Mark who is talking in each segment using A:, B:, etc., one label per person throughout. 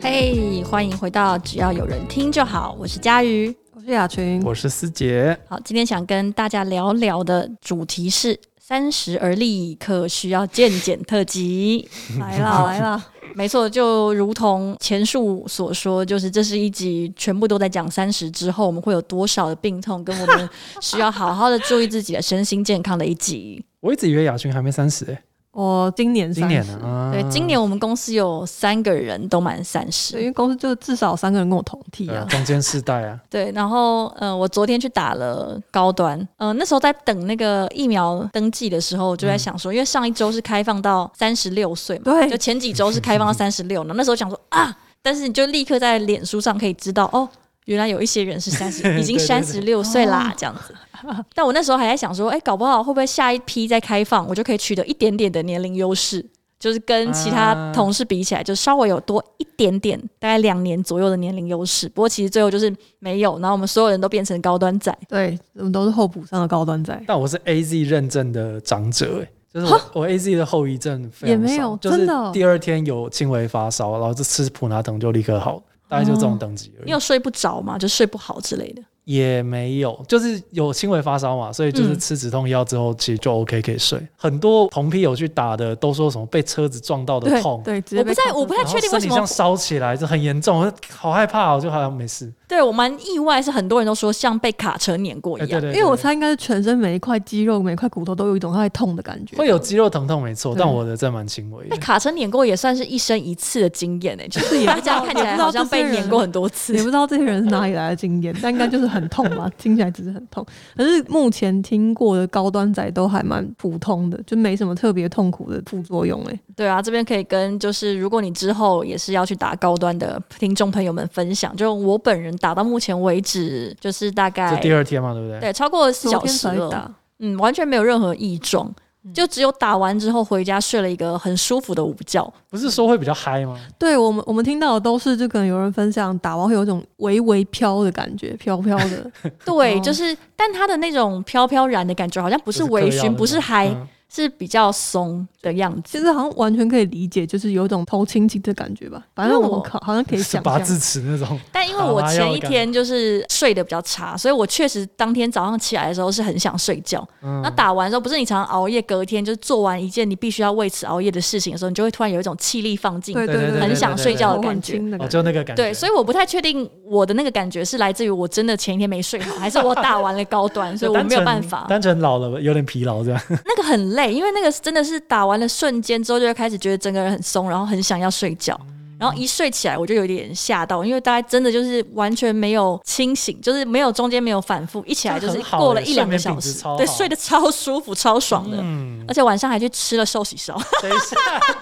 A: 嘿，欢迎回到只要有人听就好，我是佳瑜。
B: 我是雅群，
C: 我是思杰，
A: 好，今天想跟大家聊聊的主题是三十而立，可需要健检特辑。
B: 来啦来啦，
A: 没错，就如同前述所说，就是这是一集全部都在讲三十之后我们会有多少的病痛，跟我们需要好好的注意自己的身心健康的一集。
C: 我一直以为雅群还没三十诶，
B: 我今年
C: 今年
B: 30
C: 呢、啊？
A: 对，今年我们公司有三个人都满三
B: 对，因
A: 十，
B: 为公司就至少三个人跟我同梯
C: 对
B: 啊，
C: 啊中间世代啊，
A: 对，然后呃，我昨天去打了高端，呃，那时候在等那个疫苗登记的时候，我就在想说，因为上一周是开放到三十六岁嘛，
C: 啊
B: 对
C: 哎
A: 就前几周是开
C: 嗯
A: 放到三十六呢，那时候想说啊，但是你就立刻在脸书上可以知道哦。原来有一些人 是三十，已经
C: 对哦
A: 三
C: 对
A: 十六岁啦，这样子。 但我那时候还在想说，哎、搞不好会不会下一批再开放，我就可以取得一点点的年龄优势，就是跟其他
C: 啊
A: 同事比起来，就稍微有多一点点，大概两年左右的年龄优势。不过其实最后就是没有，然后我们所有人都变成高端仔，
B: 对，我们都是候补上的高端仔，
C: 但我是 A Z 认证的长者诶，就是我我 A Z 的后遗症非常
B: 也没有
C: 少就是
B: 真的哦
C: 第二天有轻微发烧，然后就吃普拿疼就立刻好了，大概就这种等级而
A: 你
C: 已。
A: 有睡不着嘛，就睡不好之类的。
C: 也没有，就是有轻微发烧嘛，所以就是
A: 嗯
C: 吃止痛药之后，其实就 OK 可以睡。很多同批有去打的都说什么被车子撞到的
A: 对
C: 痛，
B: 对，直接
A: 我不
B: 被
A: 在，
B: 扣分
A: 我不太
C: 然后
A: 确定为
C: 身
A: 什
C: 体
A: 么
C: 像烧起来，就很严重，我就好害怕、哦，我就好像没事。
A: 对我蛮意外，是很多人都说像被卡车碾过
C: 哎
A: 一
C: 对
A: 样。
C: 对，
B: 因为我
C: 对
B: 猜应该是全身每一块肌肉、每一块骨头都有一种它在痛的感觉，
C: 会有肌肉疼痛没错，
B: 对
C: 但我的真蛮轻微
A: 被
C: 的。
A: 卡车碾过也算是一生一次的经 验呢、欸就是
B: 也
A: 大家看起 来好像被碾过很多
B: 也不
A: 次。
B: 知道这些人是哪里来的经验，但应该就是很痛吧，听起来只是很痛。可是目前听过的高端仔都还蛮普通的，就没什么特别痛苦的副作用、欸。哎，
A: 对啊，这边可以跟就是如果你之后也是要去打高端的听众朋友们分享，就我本人打到目前为止就是大概
C: 这第二天嘛，对不对？
A: 对超过四
B: 昨
A: 小
B: 天
A: 时
B: 才
A: 了，
B: 打，嗯
A: 嗯，完全没有任何异状。就只有打完之后回家睡了一个很舒服的午觉，
B: 嗯
C: 不是说会比较嗨吗？
B: 对我们我们听到的都是，就可能有人分享打完会有一种微微飘的感觉，飘飘的。
A: 对，
B: 哦
A: 就是，但它的那种飘飘然的感觉，好像不是
C: 就是嗑
A: 微
C: 药
A: 醺，
C: 那
A: 不是
C: 种
A: 嗨，
C: 嗯
A: 是比较松的样
B: 其
A: 子。
B: 实好像完全可以理解，就是有一种偷亲戚的感觉吧。反正
A: 因为我
B: 我靠，好像可以
C: 是
B: 想
C: 拔
B: 象。
C: 智齿那种，
A: 但因为
C: 打
A: 我
C: 麻药
A: 前
C: 的
A: 一
C: 感
A: 天就是睡得比较差，所以我确实当天早上起来的时候是很想睡觉。
C: 嗯
A: 那打完之后，不是你常常熬夜，隔天就是做完一件你必须要为此熬夜的事情的时候，你就会突然有一种气力放尽。
B: 对
C: 对对
B: 对，
C: 对
A: 很想睡觉的感觉
B: 头很轻的
C: 哦，
B: 感觉。
C: 就那个感觉。
A: 对，所
C: 以
A: 以我不太确定我的那个感觉是来自于我真的前一天没睡好，还是我打完了高 端，所以我没有办法。
C: 单纯老了有点疲劳这样。
A: 那个很累，因为那个真的是打完了瞬间之后，就会开始觉得整个人很松，然后很想要睡觉。
C: 嗯
A: 然后一睡起来，我就有点吓到，因为大家真的就是完全没有清醒，就是没有中间没有反复，一起来就是
C: 这很好
A: 过了
C: 欸
A: 一两个
C: 睡眠
A: 小
C: 品质
A: 时
C: 超，好
A: 对，睡得超舒服、超爽的，
C: 嗯，
A: 而且晚上还去吃了寿喜烧，
C: 等一下，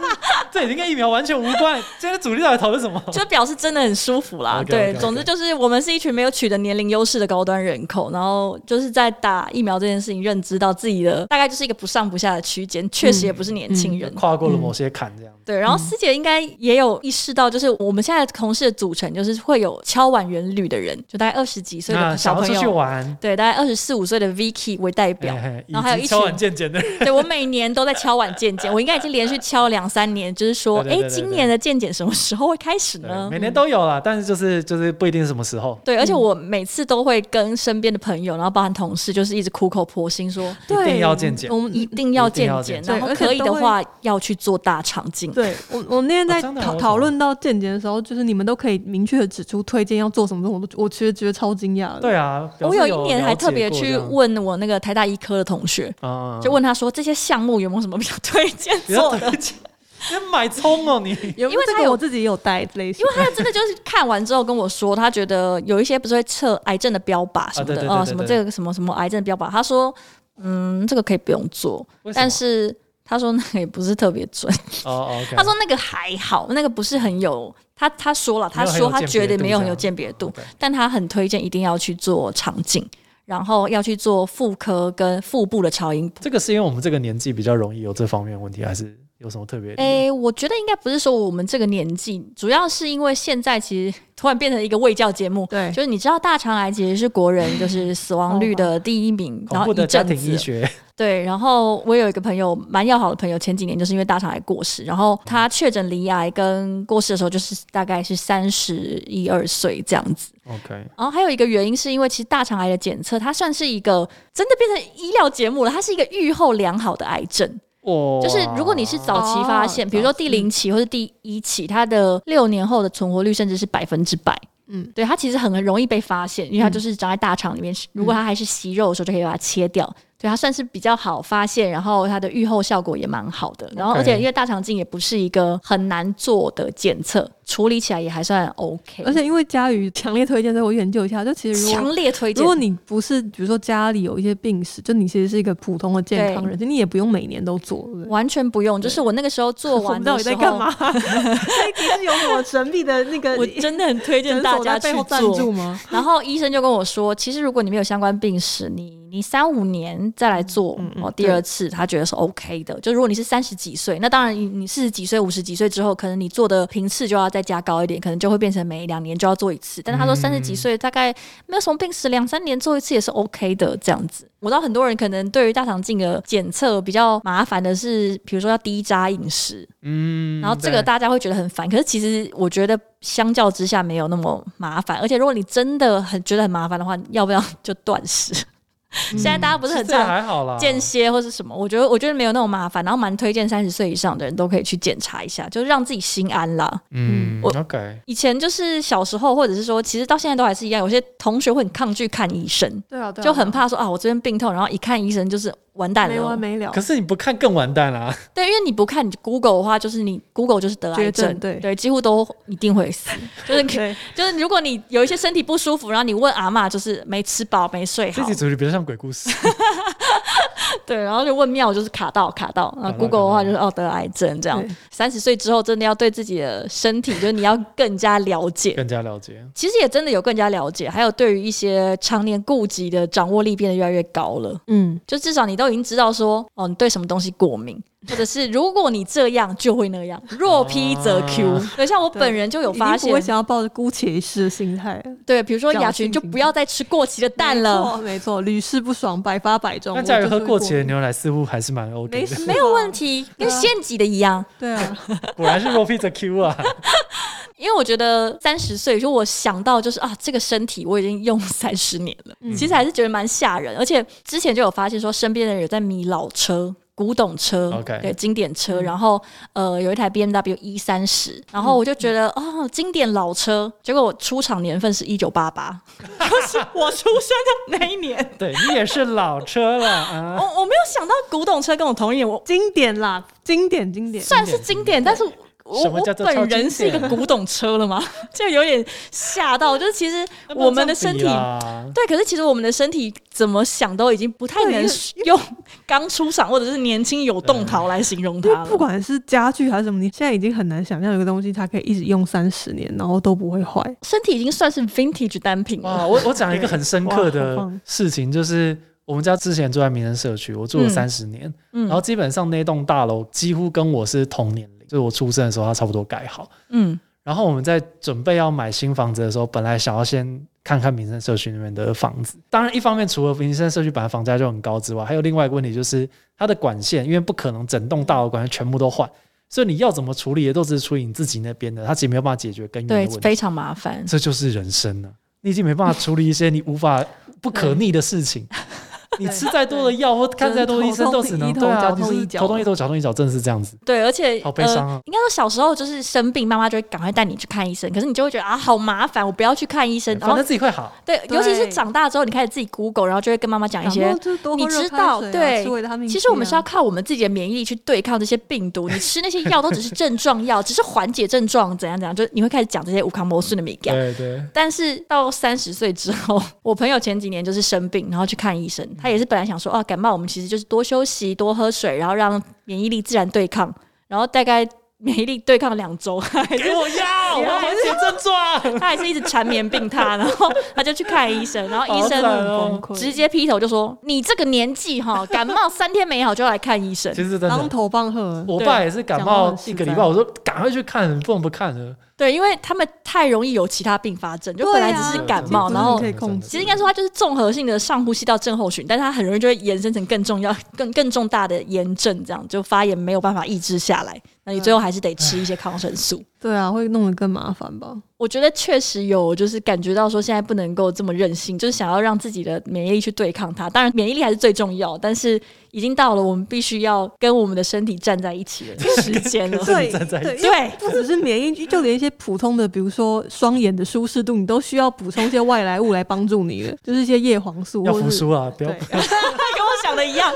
C: 这已经跟疫苗完全无关。今天的主力到底讨论什么？
A: 就表示真的很舒服啦。
C: OK，OK，OK
A: 对总之就是我们是一群没有取得年龄优势的高端人口，然后就是在打疫苗这件事情，认知到自己的大概就是一个不上不下的区间，确实也
C: 嗯
A: 不是年轻人。
C: 跨过了某些坎这样。
A: 对，然后师姐应该也有意识到，就是我们现在同事的组成，就是会有敲碗圆旅的人，就大概二十几岁
C: 那
A: 的小
C: 想要
A: 朋
C: 出去
A: 友，
C: 玩，哎
A: 对，大概二十四五岁的 Vicky 为代表。
C: 嘿嘿
A: 然后还有
C: 以
A: 一
C: 及
A: 群
C: 敲碗健检的人，
A: 对我每年都在敲碗健 检，我应该已经连续敲两三年，就是说，
C: 对对
A: 哎
C: 对，对对
A: 今年的健检什么时候会开始
C: 对
A: 呢？
C: 每年嗯都有啦，但是就是就是不一定是什么时候。
A: 对，而且我每次都会跟身边的朋友，然后包含同事，就是一直苦口婆心说，
C: 一定要健检
B: 我们
A: 一定要
C: 嗯一定
A: 健
C: 要
A: 检，
C: 健
A: 然
B: 检
A: 后
B: 对而且
A: 可以的
B: 都会
A: 话要去做大肠镜。
B: 对我，我那天在
C: 哦真的
B: 讨
C: 我懂
B: 讨论到健检的时候，就是你们都可以明确的指出推荐要做什么东西，我都我其实觉得超惊讶的。
C: 对啊，表
A: 我
C: 示
A: 有
C: 有
A: 一年还特别去问我那个台大医科的同学，
C: 啊，
A: 就问他说这些项目有没有什么比较推荐
C: 不要
A: 做的？
C: 你买葱哦你。
B: 有，
A: 因为
B: 这
A: 他
B: 个
A: 有
B: 我自己也有带类似
A: 因为 他真的就是看完之后跟我说，他觉得有一些不是会测癌症的标靶什么
C: 啊对
A: 的，
C: 对对
A: 哦，
C: 对对
A: 什么这个什么什么癌症标靶，他说嗯，这个可以不用做，
C: 为什么
A: 但是他说那个也不是特别准，
C: 哦，OK，
A: 他说那个还好，那个不是很有。他他说了，
C: 没
A: 他
C: 有很
A: 说
C: 有
A: 他
C: 鉴
A: 觉
C: 别
A: 得
C: 度
A: 没有很
C: 这
A: 有
C: 样
A: 鉴别度，
C: OK
A: 但他很推荐一定要去做肠镜，然后要去做妇科跟腹部的超音波。
C: 这个是因为我们这个年纪比较容易有这方面的问题，还是哦有什么特别？
A: 诶、我觉得应该不是说我们这个年纪，主要是因为现在其实突然变成一个卫教节目，
B: 对
A: 就是你知道大肠癌其实是国 人就是死亡率的第一名，然
C: 哦恐
A: 后
C: 怖的
A: 一
C: 家
A: 阵
C: 庭
A: 子
C: 医学，
A: 对，然后我有一个朋友，蛮要好的朋友，前几年就是因为大肠癌过世，然后他确诊罹癌跟过世的时候，就是大概是三十一二岁这样子。
C: OK，
A: 然后还有一个原因是因为其实大肠癌的检测，它算是一个真的变成医疗节目了，它是一个预后良好的癌症，
C: 哇，
A: 就是如果你是早期发现，
B: 哦
A: 比如说第
B: 早
A: 零期或是第一期，它的六年后的存活率甚至是百分之百。
B: 嗯，
A: 对，它其实很容易被发现，因为它就是长在大肠里面。如果它还是息肉的时候，就可以把它切掉。对，它算是比较好发现，然后它的预后效果也蛮好的。然后，而且因为大肠镜也不是一个很难做的检测，处理起来也还算 OK。
B: 而且因为佳宇强烈推荐，所以我研究一下。就其实如果
A: 强烈推荐
B: 如，果你不是比如说家里有一些病史，就你其实是一个普通的健康人，其实你也不用每年都做。对不对
A: 完全不用。就是我那个时候做
B: 我
A: 完
B: 们到
A: 的
B: 底
A: 时
B: 在干
A: 候，
B: 嘛？这一集是有什么神秘的那个
A: 我真的很推荐
B: 诊
A: 大
B: 所
A: 家
B: 在
A: 去
B: 背后赞
A: 做。
B: 助吗？
A: 然后医生就跟我说，其实如果你没有相关病史，你你三五年再来做、
B: 嗯嗯
A: 哦，第二次他觉得是 OK 的。就如果你是三十几岁，那当然你你四十几岁、五十几岁之后，可能你做的频次就要再加高一点，可能就会变成每两年就要做一次。但是他说
C: 嗯
A: 三十几岁大概没有什么病史，两三年做一次也是 OK 的这样子。我知道很多人可能对于大肠镜的检测比较麻烦的是，比如说要低渣饮食，
C: 嗯，
A: 然后这个
C: 对
A: 大家会觉得很烦，可是其实我觉得相较之下没有那么麻烦，而且如果你真的很觉得很麻烦的话，要不要就断食？
B: 嗯
A: 现在大家不是很
C: 嗯这个
A: 常
B: 啊
C: 还好啦，嗯
A: 间歇或是什么，我觉得我觉得没有那么麻烦，然后蛮推荐三十岁以上的人都可以去检查一下，就是让自己心安啦。
C: 嗯
A: 我
C: ，OK，
A: 以前就是小时候，或者是说，其实到现在都还是一样，有些同学会很抗拒看医生，
B: 对啊，对啊
A: 就很怕说啊，我这边病痛，然后一看医生就是完蛋
B: 没完
A: 了。
B: 没了
C: 可。是你不看更完蛋啦、啊
A: 对，因为你不看，你 Google 的话，就是你 Google 就是得癌
B: 绝症
A: 症，
B: 对
A: 对，几乎都一定会死，就是
B: 对，
A: 就是如果你有一些身体不舒服，然后你问阿嬷，就是没吃饱、没睡
C: 这
A: 好
C: 集，主题比较像鬼故事，
A: 对，然后就问庙，就是卡到卡
B: 啊
A: 到，然后
C: 卡到
A: Google 的话
C: 卡到
A: 就是哦得癌症这样
B: 对。
A: 三十岁之后，真的要对自己的身体，就是你要更加了解。
C: 更加了解。
A: 其实也真的有更加了解，还有对于一些常年顾及的掌握力变得越来越高了。
B: 嗯，
A: 就至少你都已经知道说，哦，你对什么东西过 敏，或者是如果你这样就会那样，若 P 则 Q、
C: 啊
A: 对，像我
B: 对
A: 本人就有
B: 已
A: 发
B: 经不
A: 现
B: 会，想要抱着姑且一试的心态了。
A: 对，比如说
B: 侥
A: 雅
B: 幸
A: 群就
B: 心
A: 不要再吃过期的蛋了。
B: 没错，没错，屡试不爽，百发百中。
C: 那假如
B: 我就
C: 喝
B: 是
C: 过期的牛奶似乎还是蛮
B: 没
C: OK 的，
B: 事，
A: 没有问。题，跟
B: 对啊
A: 县级的一样。
B: 对啊，
C: 果然是 r o p i 的 Q 啊，
A: 因为我觉得三十岁，就我想到就是啊，这个身体我已经用三十年了，
B: 嗯
A: 其实还是觉得蛮吓人。而且之前就有发现说，身边的人有在迷老车。古董车
C: OK
A: 对经典车，
B: 嗯
A: 然后呃有一台 B M W 一三十，然后我就觉得、
B: 嗯
A: 哦经典老车，结果我出厂年份是一九八 八， 就是我出生的那一年，
C: 对你也是老车了啊
A: 我。我没有想到古董车跟我同一年，我
B: 经典啦，经典经典。
A: 算是经典，但是我
C: 什么
A: 我
C: 叫做超
A: 本
C: 经
A: 人是一个
C: 典
A: 古董车了吗？ 就有点吓到，就是其实 我们的身体。对，可是其实我们的身体怎么想都已经不太
B: 对
A: 能
B: 因为
A: 用刚出厂或者是年轻有动桃来形容
B: 因
A: 它
B: 为不
A: 了。
B: 管是家具还是什么，你现在已经很难想象有个东西它可以一直用三十年，然后都不会坏。
A: 身体已经算是 vintage 单品了。
C: 哇，我我讲一个很深刻
B: 哇好
C: 的
B: 棒
C: 事情，就是我们家之前住在民生社区，我住了
A: 嗯
C: 三十年，
A: 嗯
C: 然后基本上那栋大楼几乎跟我是同年龄，就是我出生的时候它差不多盖好。
A: 嗯
C: 然后我们在准备要买新房子的时候，本来想要先看看民生社区那边的房子。当然，一方面除了民生社区本来房价就很高之外，还有另外一个问题就是它的管线，因为不可能整栋大楼管线全部都换，所以你要怎么处理也都只是处理你自己那边的，它其实没有办法解决根源的
A: 对
C: 问，题。
A: 非常麻烦。
B: 嗯
C: 这就是人生呢、你已经没办法处理一些你无 法不可逆的事情。你吃再多的药或看再多的医生，都只能
B: 只
C: 对
B: 能
C: 啊
B: 头，
C: 你
B: 痛
C: 是
B: 一脚呃
C: 头痛一头，脚痛一脚，真的是这样子，
A: 对，而且呃
C: 好悲伤啊！
A: 应该说小时候就是生病，妈妈就会赶快带你去看医生，可是你就会觉得啊好麻烦，我不要去看
B: 呃
A: 医生。然
C: 反
A: 后
C: 正自己会好。
A: 对，尤其是
B: 对
A: 长大之后，你开始自己 Google，然后就会跟妈妈讲一些你知道
B: 啊
A: 对其实我们是要靠我们自己的免疫力去对抗这些病毒。你吃那些药都只是症状药，只是缓解症状，怎样怎样，就是你会开始讲这些无康魔术的美感。
C: 对对，
A: 但是到三十岁之后， 我朋友前几年就是生病，然后去看医生。他也是本来想说，哦、感冒我们其实就是多休息、多喝水，然后让免疫力自然对抗。然后大概免疫力对抗两周， 他还
C: 给
A: 是
C: 我药，我缓解症状。
A: 他还是一直缠绵病榻，然后 他就去看医生，然后医
C: 好惨
A: 生
C: 哦
B: 啊崩溃，
A: 直接劈头就说：“你这个年纪哈，感冒三天没好就要来看医生。
C: 其实真
B: 当
C: 的，
B: 头棒喝。
C: 我
A: 对
C: 爸也是感冒一个礼
B: 讲
C: 拜，
B: 话
C: 我说赶快去看，不能不看了。”
A: 对，因为他们太容易有其他并发症，就
B: 对啊
A: 本来只是感冒，
B: 这
A: 然
B: 不
A: 后
B: 是可以控制
A: 其实应该说它就是综合性的上呼吸道症候群，但是它很容易就会延伸成更重要、更更重大的炎症，这样就发炎没有办法抑制下来，那你最后还是得吃一些抗生素。
B: 对啊，会弄得更麻烦吧？
A: 我觉得确实有，就是感觉到说现在不能够这么任性，就是想要让自己的免疫力去对抗它。当然，免疫力还是最重要，但是已经到了我们必须要跟我们的身体站在一起 的时间了。
C: 对站在一
B: 对，因为
A: 对，
B: 不只是免疫，就连一些普通的，比如说双眼的舒适度，你都需要补充一些外来物来帮助你的，就是一些叶黄素
C: 要
B: 或
C: 服
B: 者是
C: 输啊，不要
B: 对
A: 跟我想的一样。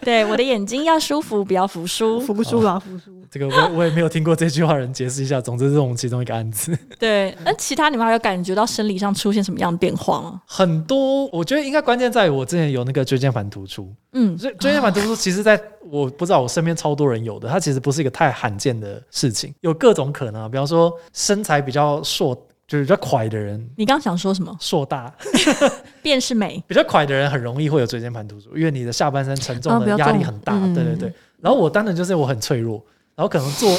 A: 对，我的眼睛要舒服，不要服输。
B: 服输啦，服输。
C: 这个我我也没有听过这句话，人解释一下。总之，这是我们其中一个案子。
A: 对，那其他你们还有感觉到生理上出现什么样的变化吗？
C: 很多，我觉得应该关键在于我之前有那个椎间盘突出，
A: 嗯，
C: 所以椎间盘突出其实在我不知道我身边超多人有的，它其实不是一个太罕见的事情，有各种可能啊，比方说身材比较硕，就是比较快的人。
A: 你刚想说什么？
C: 硕大
A: 变是美，
C: 比较快的人很容易会有椎间盘突出，因为你的下半身承重
B: 啊比较
C: 的
B: 重
C: 压力很大，
B: 嗯
C: 对对对。然后我当然就是我很脆弱，然后可能 坐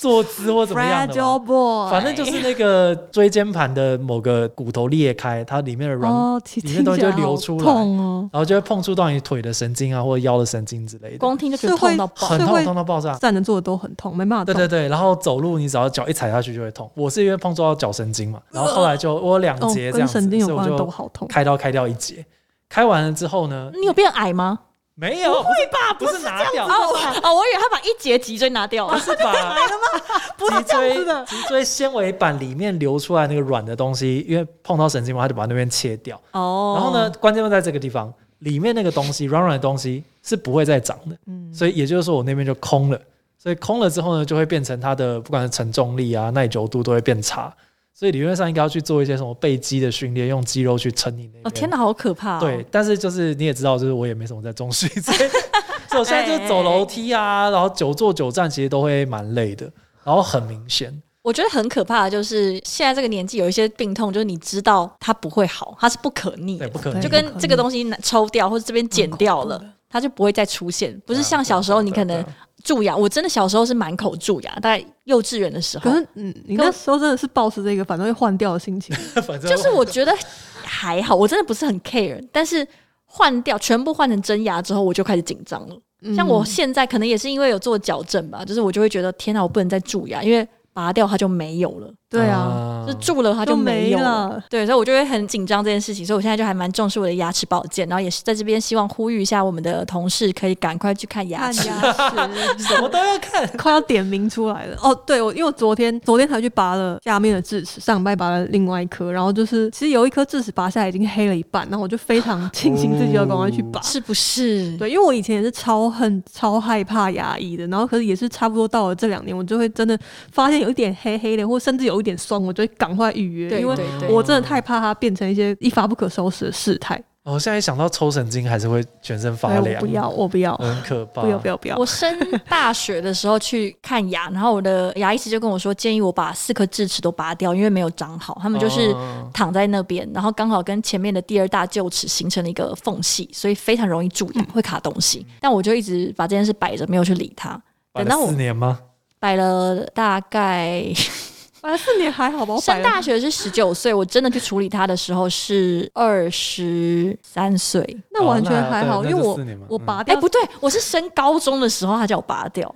C: 坐姿或怎么样的吧
B: Fragile boy，
C: 反正就是那个椎间盘的某个骨头裂开，它里面的软，
B: 哦，其
C: 里面东西就
B: 听起来
C: 流
B: 好
C: 出来
B: 痛哦，
C: 然后就会碰触到你腿的神经啊，或者腰的神经之类的，
A: 光听就觉得
B: 是会
A: 痛到爆。
C: 很
B: 是
C: 痛
B: 会
C: 痛到爆炸。
B: 站着坐着都很痛，没办法
C: 啊对
B: 动。
C: 对对，然后走路你只要脚一踩下去就会痛，我是因为碰触到脚神经嘛，然后后来就我有两
B: 哦
C: 节，这样
B: 跟
C: 子，
B: 神经有
C: 所以
B: 关的
C: 我
B: 都
C: 就
B: 好痛。
C: 开刀开掉一节，开完了之后呢，
A: 你有变矮吗？
C: 没有，不会吧？不是拿掉，
B: 啊
A: 哦哦，我以为他把一节脊椎拿掉
C: 不
A: 了。
C: 是吧？
B: 不是
C: 脊
B: 这样
C: 椎
B: 子的
C: 脊椎纤维板里面流出来那个软的东西，因为碰到神经嘛，它就把那边切掉。
A: 哦
C: 然后呢，，关键就在这个地方，里面那个东 西软软的东西是不会再长的，
B: 嗯，
C: 所以也就是说我那边就空了。所以空了之后呢，就会变成它的不管是承重力啊、耐久度都会变差。所以理论上应该要去做一些什么背肌的训练，用肌肉去撑你那边。
A: 哦天！哪，好可怕、哦！
C: 对，，但是就是你也知道，就是我也没什么在中训，所 以所以我现在就是走楼梯啊，然后久坐久站，其实都会蛮累的，然后很明显。
A: 我觉得很可怕的就是现在这个年纪有一些病痛，就是你知道它不会好，它是不可逆
C: 对，
A: 的，
C: 不可
B: 对
C: 能
A: 就
B: 不可
A: 跟
B: 逆
A: 这个东西拿抽掉或者这边剪掉了
B: 蛮恐怖的，
A: 它就不会再出现。不是像小时候你可能
C: 对啊对啊对啊
A: 蛀牙，我真的小时候是满口蛀牙，大概幼稚园的时候
B: 可。是嗯，你那时候真的是抱持这个反正会换掉的心 情，
C: 反正
A: 就是我觉得还好，我真的不是很 care，但是换掉全部换成真牙之后，我就开始紧张了。
B: 嗯
A: 像我现在可能也是因为有做矫正吧，就是我就会觉得天哪，我不能再蛀牙，因为拔掉它就没有了，
B: 对
C: 哦
B: 啊，
C: 嗯
A: 就蛀了它就
B: 就
A: 没
B: 没
A: 有
B: 了。
A: 对，所以我就会很紧张这件事情，所以我现在就还蛮重视我的牙齿保健，然后也是在这边希望呼吁一下我们的同事可以赶快去看牙
B: 看
A: 齿。
B: 牙齿什么
C: 都要看。
B: 快要点名出来了哦，对，我因为我昨天昨天才去拔了下面的智齿，上礼拜拔了另外一颗，然后就是其实有一颗智齿拔下来已经黑了一半，然后我就非常庆幸自己要赶快去拔，
A: 是不是？
B: 对，因为我以前也是超恨、超害怕牙医的，然后可是也是差不多到了这两年，我就会真的发现有一点黑黑的，或甚至有一点酸，我就会赶快预约，
A: 对
B: 因为
A: 对对
B: 我真的太怕它变成一些一发不可收拾的事态。
C: 我哦现在一想到抽神经，还是会全身
A: 哎
B: 对，
C: 发
B: 我
C: 凉。嗯
B: 不要，，我不要，
C: 很可怕。
B: 不要，不要，不要
A: 我。升大学的时候去看牙，然后我的牙医师就跟我说，建议我把四颗智齿都拔掉，因为没有长好，他
C: 他
A: 们就是
C: 哦、
A: 躺在那边，然后刚好跟前面的第二大臼齿形成了一个缝隙，所以非常容易蛀
B: 嗯
A: 牙，会卡东西。但我就一直把这件事摆着，没有去理它。
C: 摆
A: 等
C: 了
A: 到我
C: 四年吗？
A: 摆了大概
B: 反正四年啊还好吧，我摆
A: 升
B: 了
A: 大学是十九岁，我真的去处理它的时候是二十三岁。
B: 那完全还好，
C: 哦那
B: 因为
C: 那就
B: 我
C: 四年嘛
B: 我
C: 嗯
B: 拔
A: 哎、
B: 掉
A: 不对，我是升高中的时候他叫我拔掉，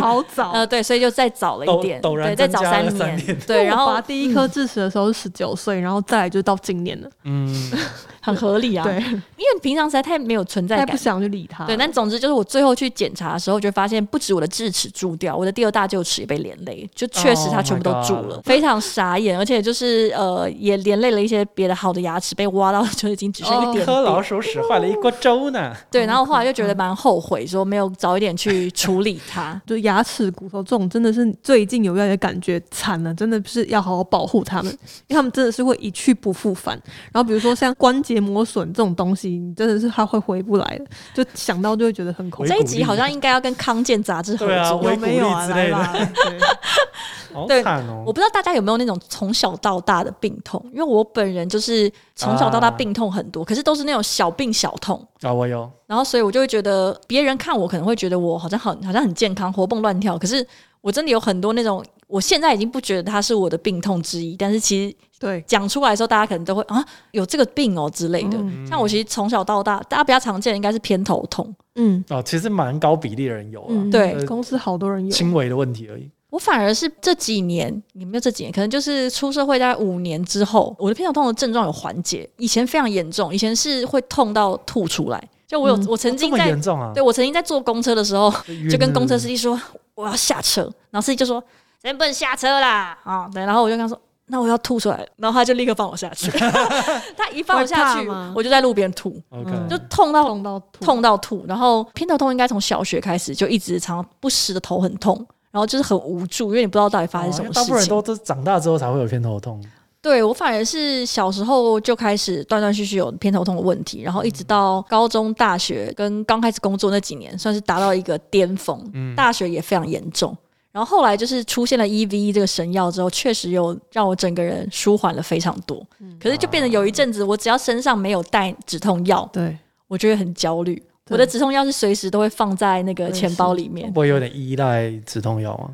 B: 好 早，
A: 呃，对，所以就再早了一
C: 陡
A: 点，
C: 陡然
A: 对，再
C: 增
A: 早
C: 加了三
A: 年
C: 年，
A: 对，
B: 因为
A: 然
B: 我
A: 后
B: 拔第一颗智齿的时候是十九岁，然后再来就到今年了，
C: 嗯，
A: 很合理啊，
B: 对，
A: 因为平常实在太没有存在
B: 再
A: 感，
B: 不想去理它。。
A: 对，但总之就是我最后去
C: Oh
A: 检查的时候，就发现不止我的智齿蛀掉，我的第二大臼齿也被连累，就确实它全部都蛀了，非常傻眼，而且就是呃，也连累了一些别的好的牙齿被挖到，就已经只剩一点点。
C: 颗老鼠屎坏了一锅粥呢。
A: 对，然后后来就
C: 嗯
A: 觉得蛮后悔，说没有早一点去处理 它
B: 就牙齿、骨头这种，真的是最近有越来越感觉惨了，真的是要好好保护它们，因为它们真的是会一去不复返。然后比如说像关节磨损这种东西，你真的是它会回不来的，就想到就会觉得很恐怖。
A: 这一集好像应该要跟康健杂志合
C: 对啊
A: 作。
C: 维
B: 有
C: 骨
B: 没有啊？
C: 力之类
B: 来
C: 的
B: 吧，对
C: 好
A: 对
C: 惨哦
A: 我！不知道大家有没有那种从小到大的病痛，因为我本人就是从小到大
C: 啊
A: 病痛很多，可是都是那种小病小痛。
C: 啊，我有，
A: 然后所以我就会觉得别人看我可能会觉得我好像很好像很健康，活蹦乱跳。可是我真的有很多那种，我现在已经不觉得它是我的病痛之一，但是其实
B: 对，
A: 讲出来的时候，大家可能都会啊有这个病哦之类的。
B: 嗯
A: 像我其实从小到大，大家比较常见的应该是偏头痛。
B: 嗯
C: 哦，其实蛮高比例的人有啊，
B: 嗯，
A: 对
B: 公司好多人有，
C: 轻微的问题而已。
A: 我反而是这几年，也没有这几年，可能就是出社会大概五年之后，我的偏头痛的症状有缓解。以前非常严重，以前是会痛到吐出来。就我有，
B: 嗯
A: 我曾
C: 这
A: 经
C: 么
A: 在
C: 严重啊
A: 对？我曾经在坐公车的时候，就
C: 就
A: 跟公车司机说我要下车，然后司机就说人不能下车啦啊、对，然后我就跟他说那我要吐出来了，然后他就立刻放我下去， 他一放我下
B: 会
A: 去
B: 怕吗，
A: 我就在路边吐，
C: ，OK，
B: 嗯
A: 就痛到
B: 痛到吐
A: 痛到吐，然后偏头痛应该从小学开始就一直常不时的头很痛。然后就是很无助，因为你不知道到底发生什
C: 哦因
A: 么
C: 为
A: 事
C: 大部分人
A: 情。
C: 都都是长大之后才会有偏头痛。
A: 对我反而是小时候就开始断断续续有偏头痛的问题，然后一直
C: 嗯
A: 到高中、大学跟刚开始工作那几年，算是达到一个巅峰。
C: 嗯，
A: 大学也非常严重。然后后来就是出现了 EVE 这个神药之后，确实有让我整个人舒缓了非常多。
C: 嗯
A: 可是就变得有一阵子，我只要身上没有带止痛药，
B: 对，
A: 我就会很焦虑。我的止痛药是随时都会放在那个钱包里面，
C: 不会有点依赖止痛药吗？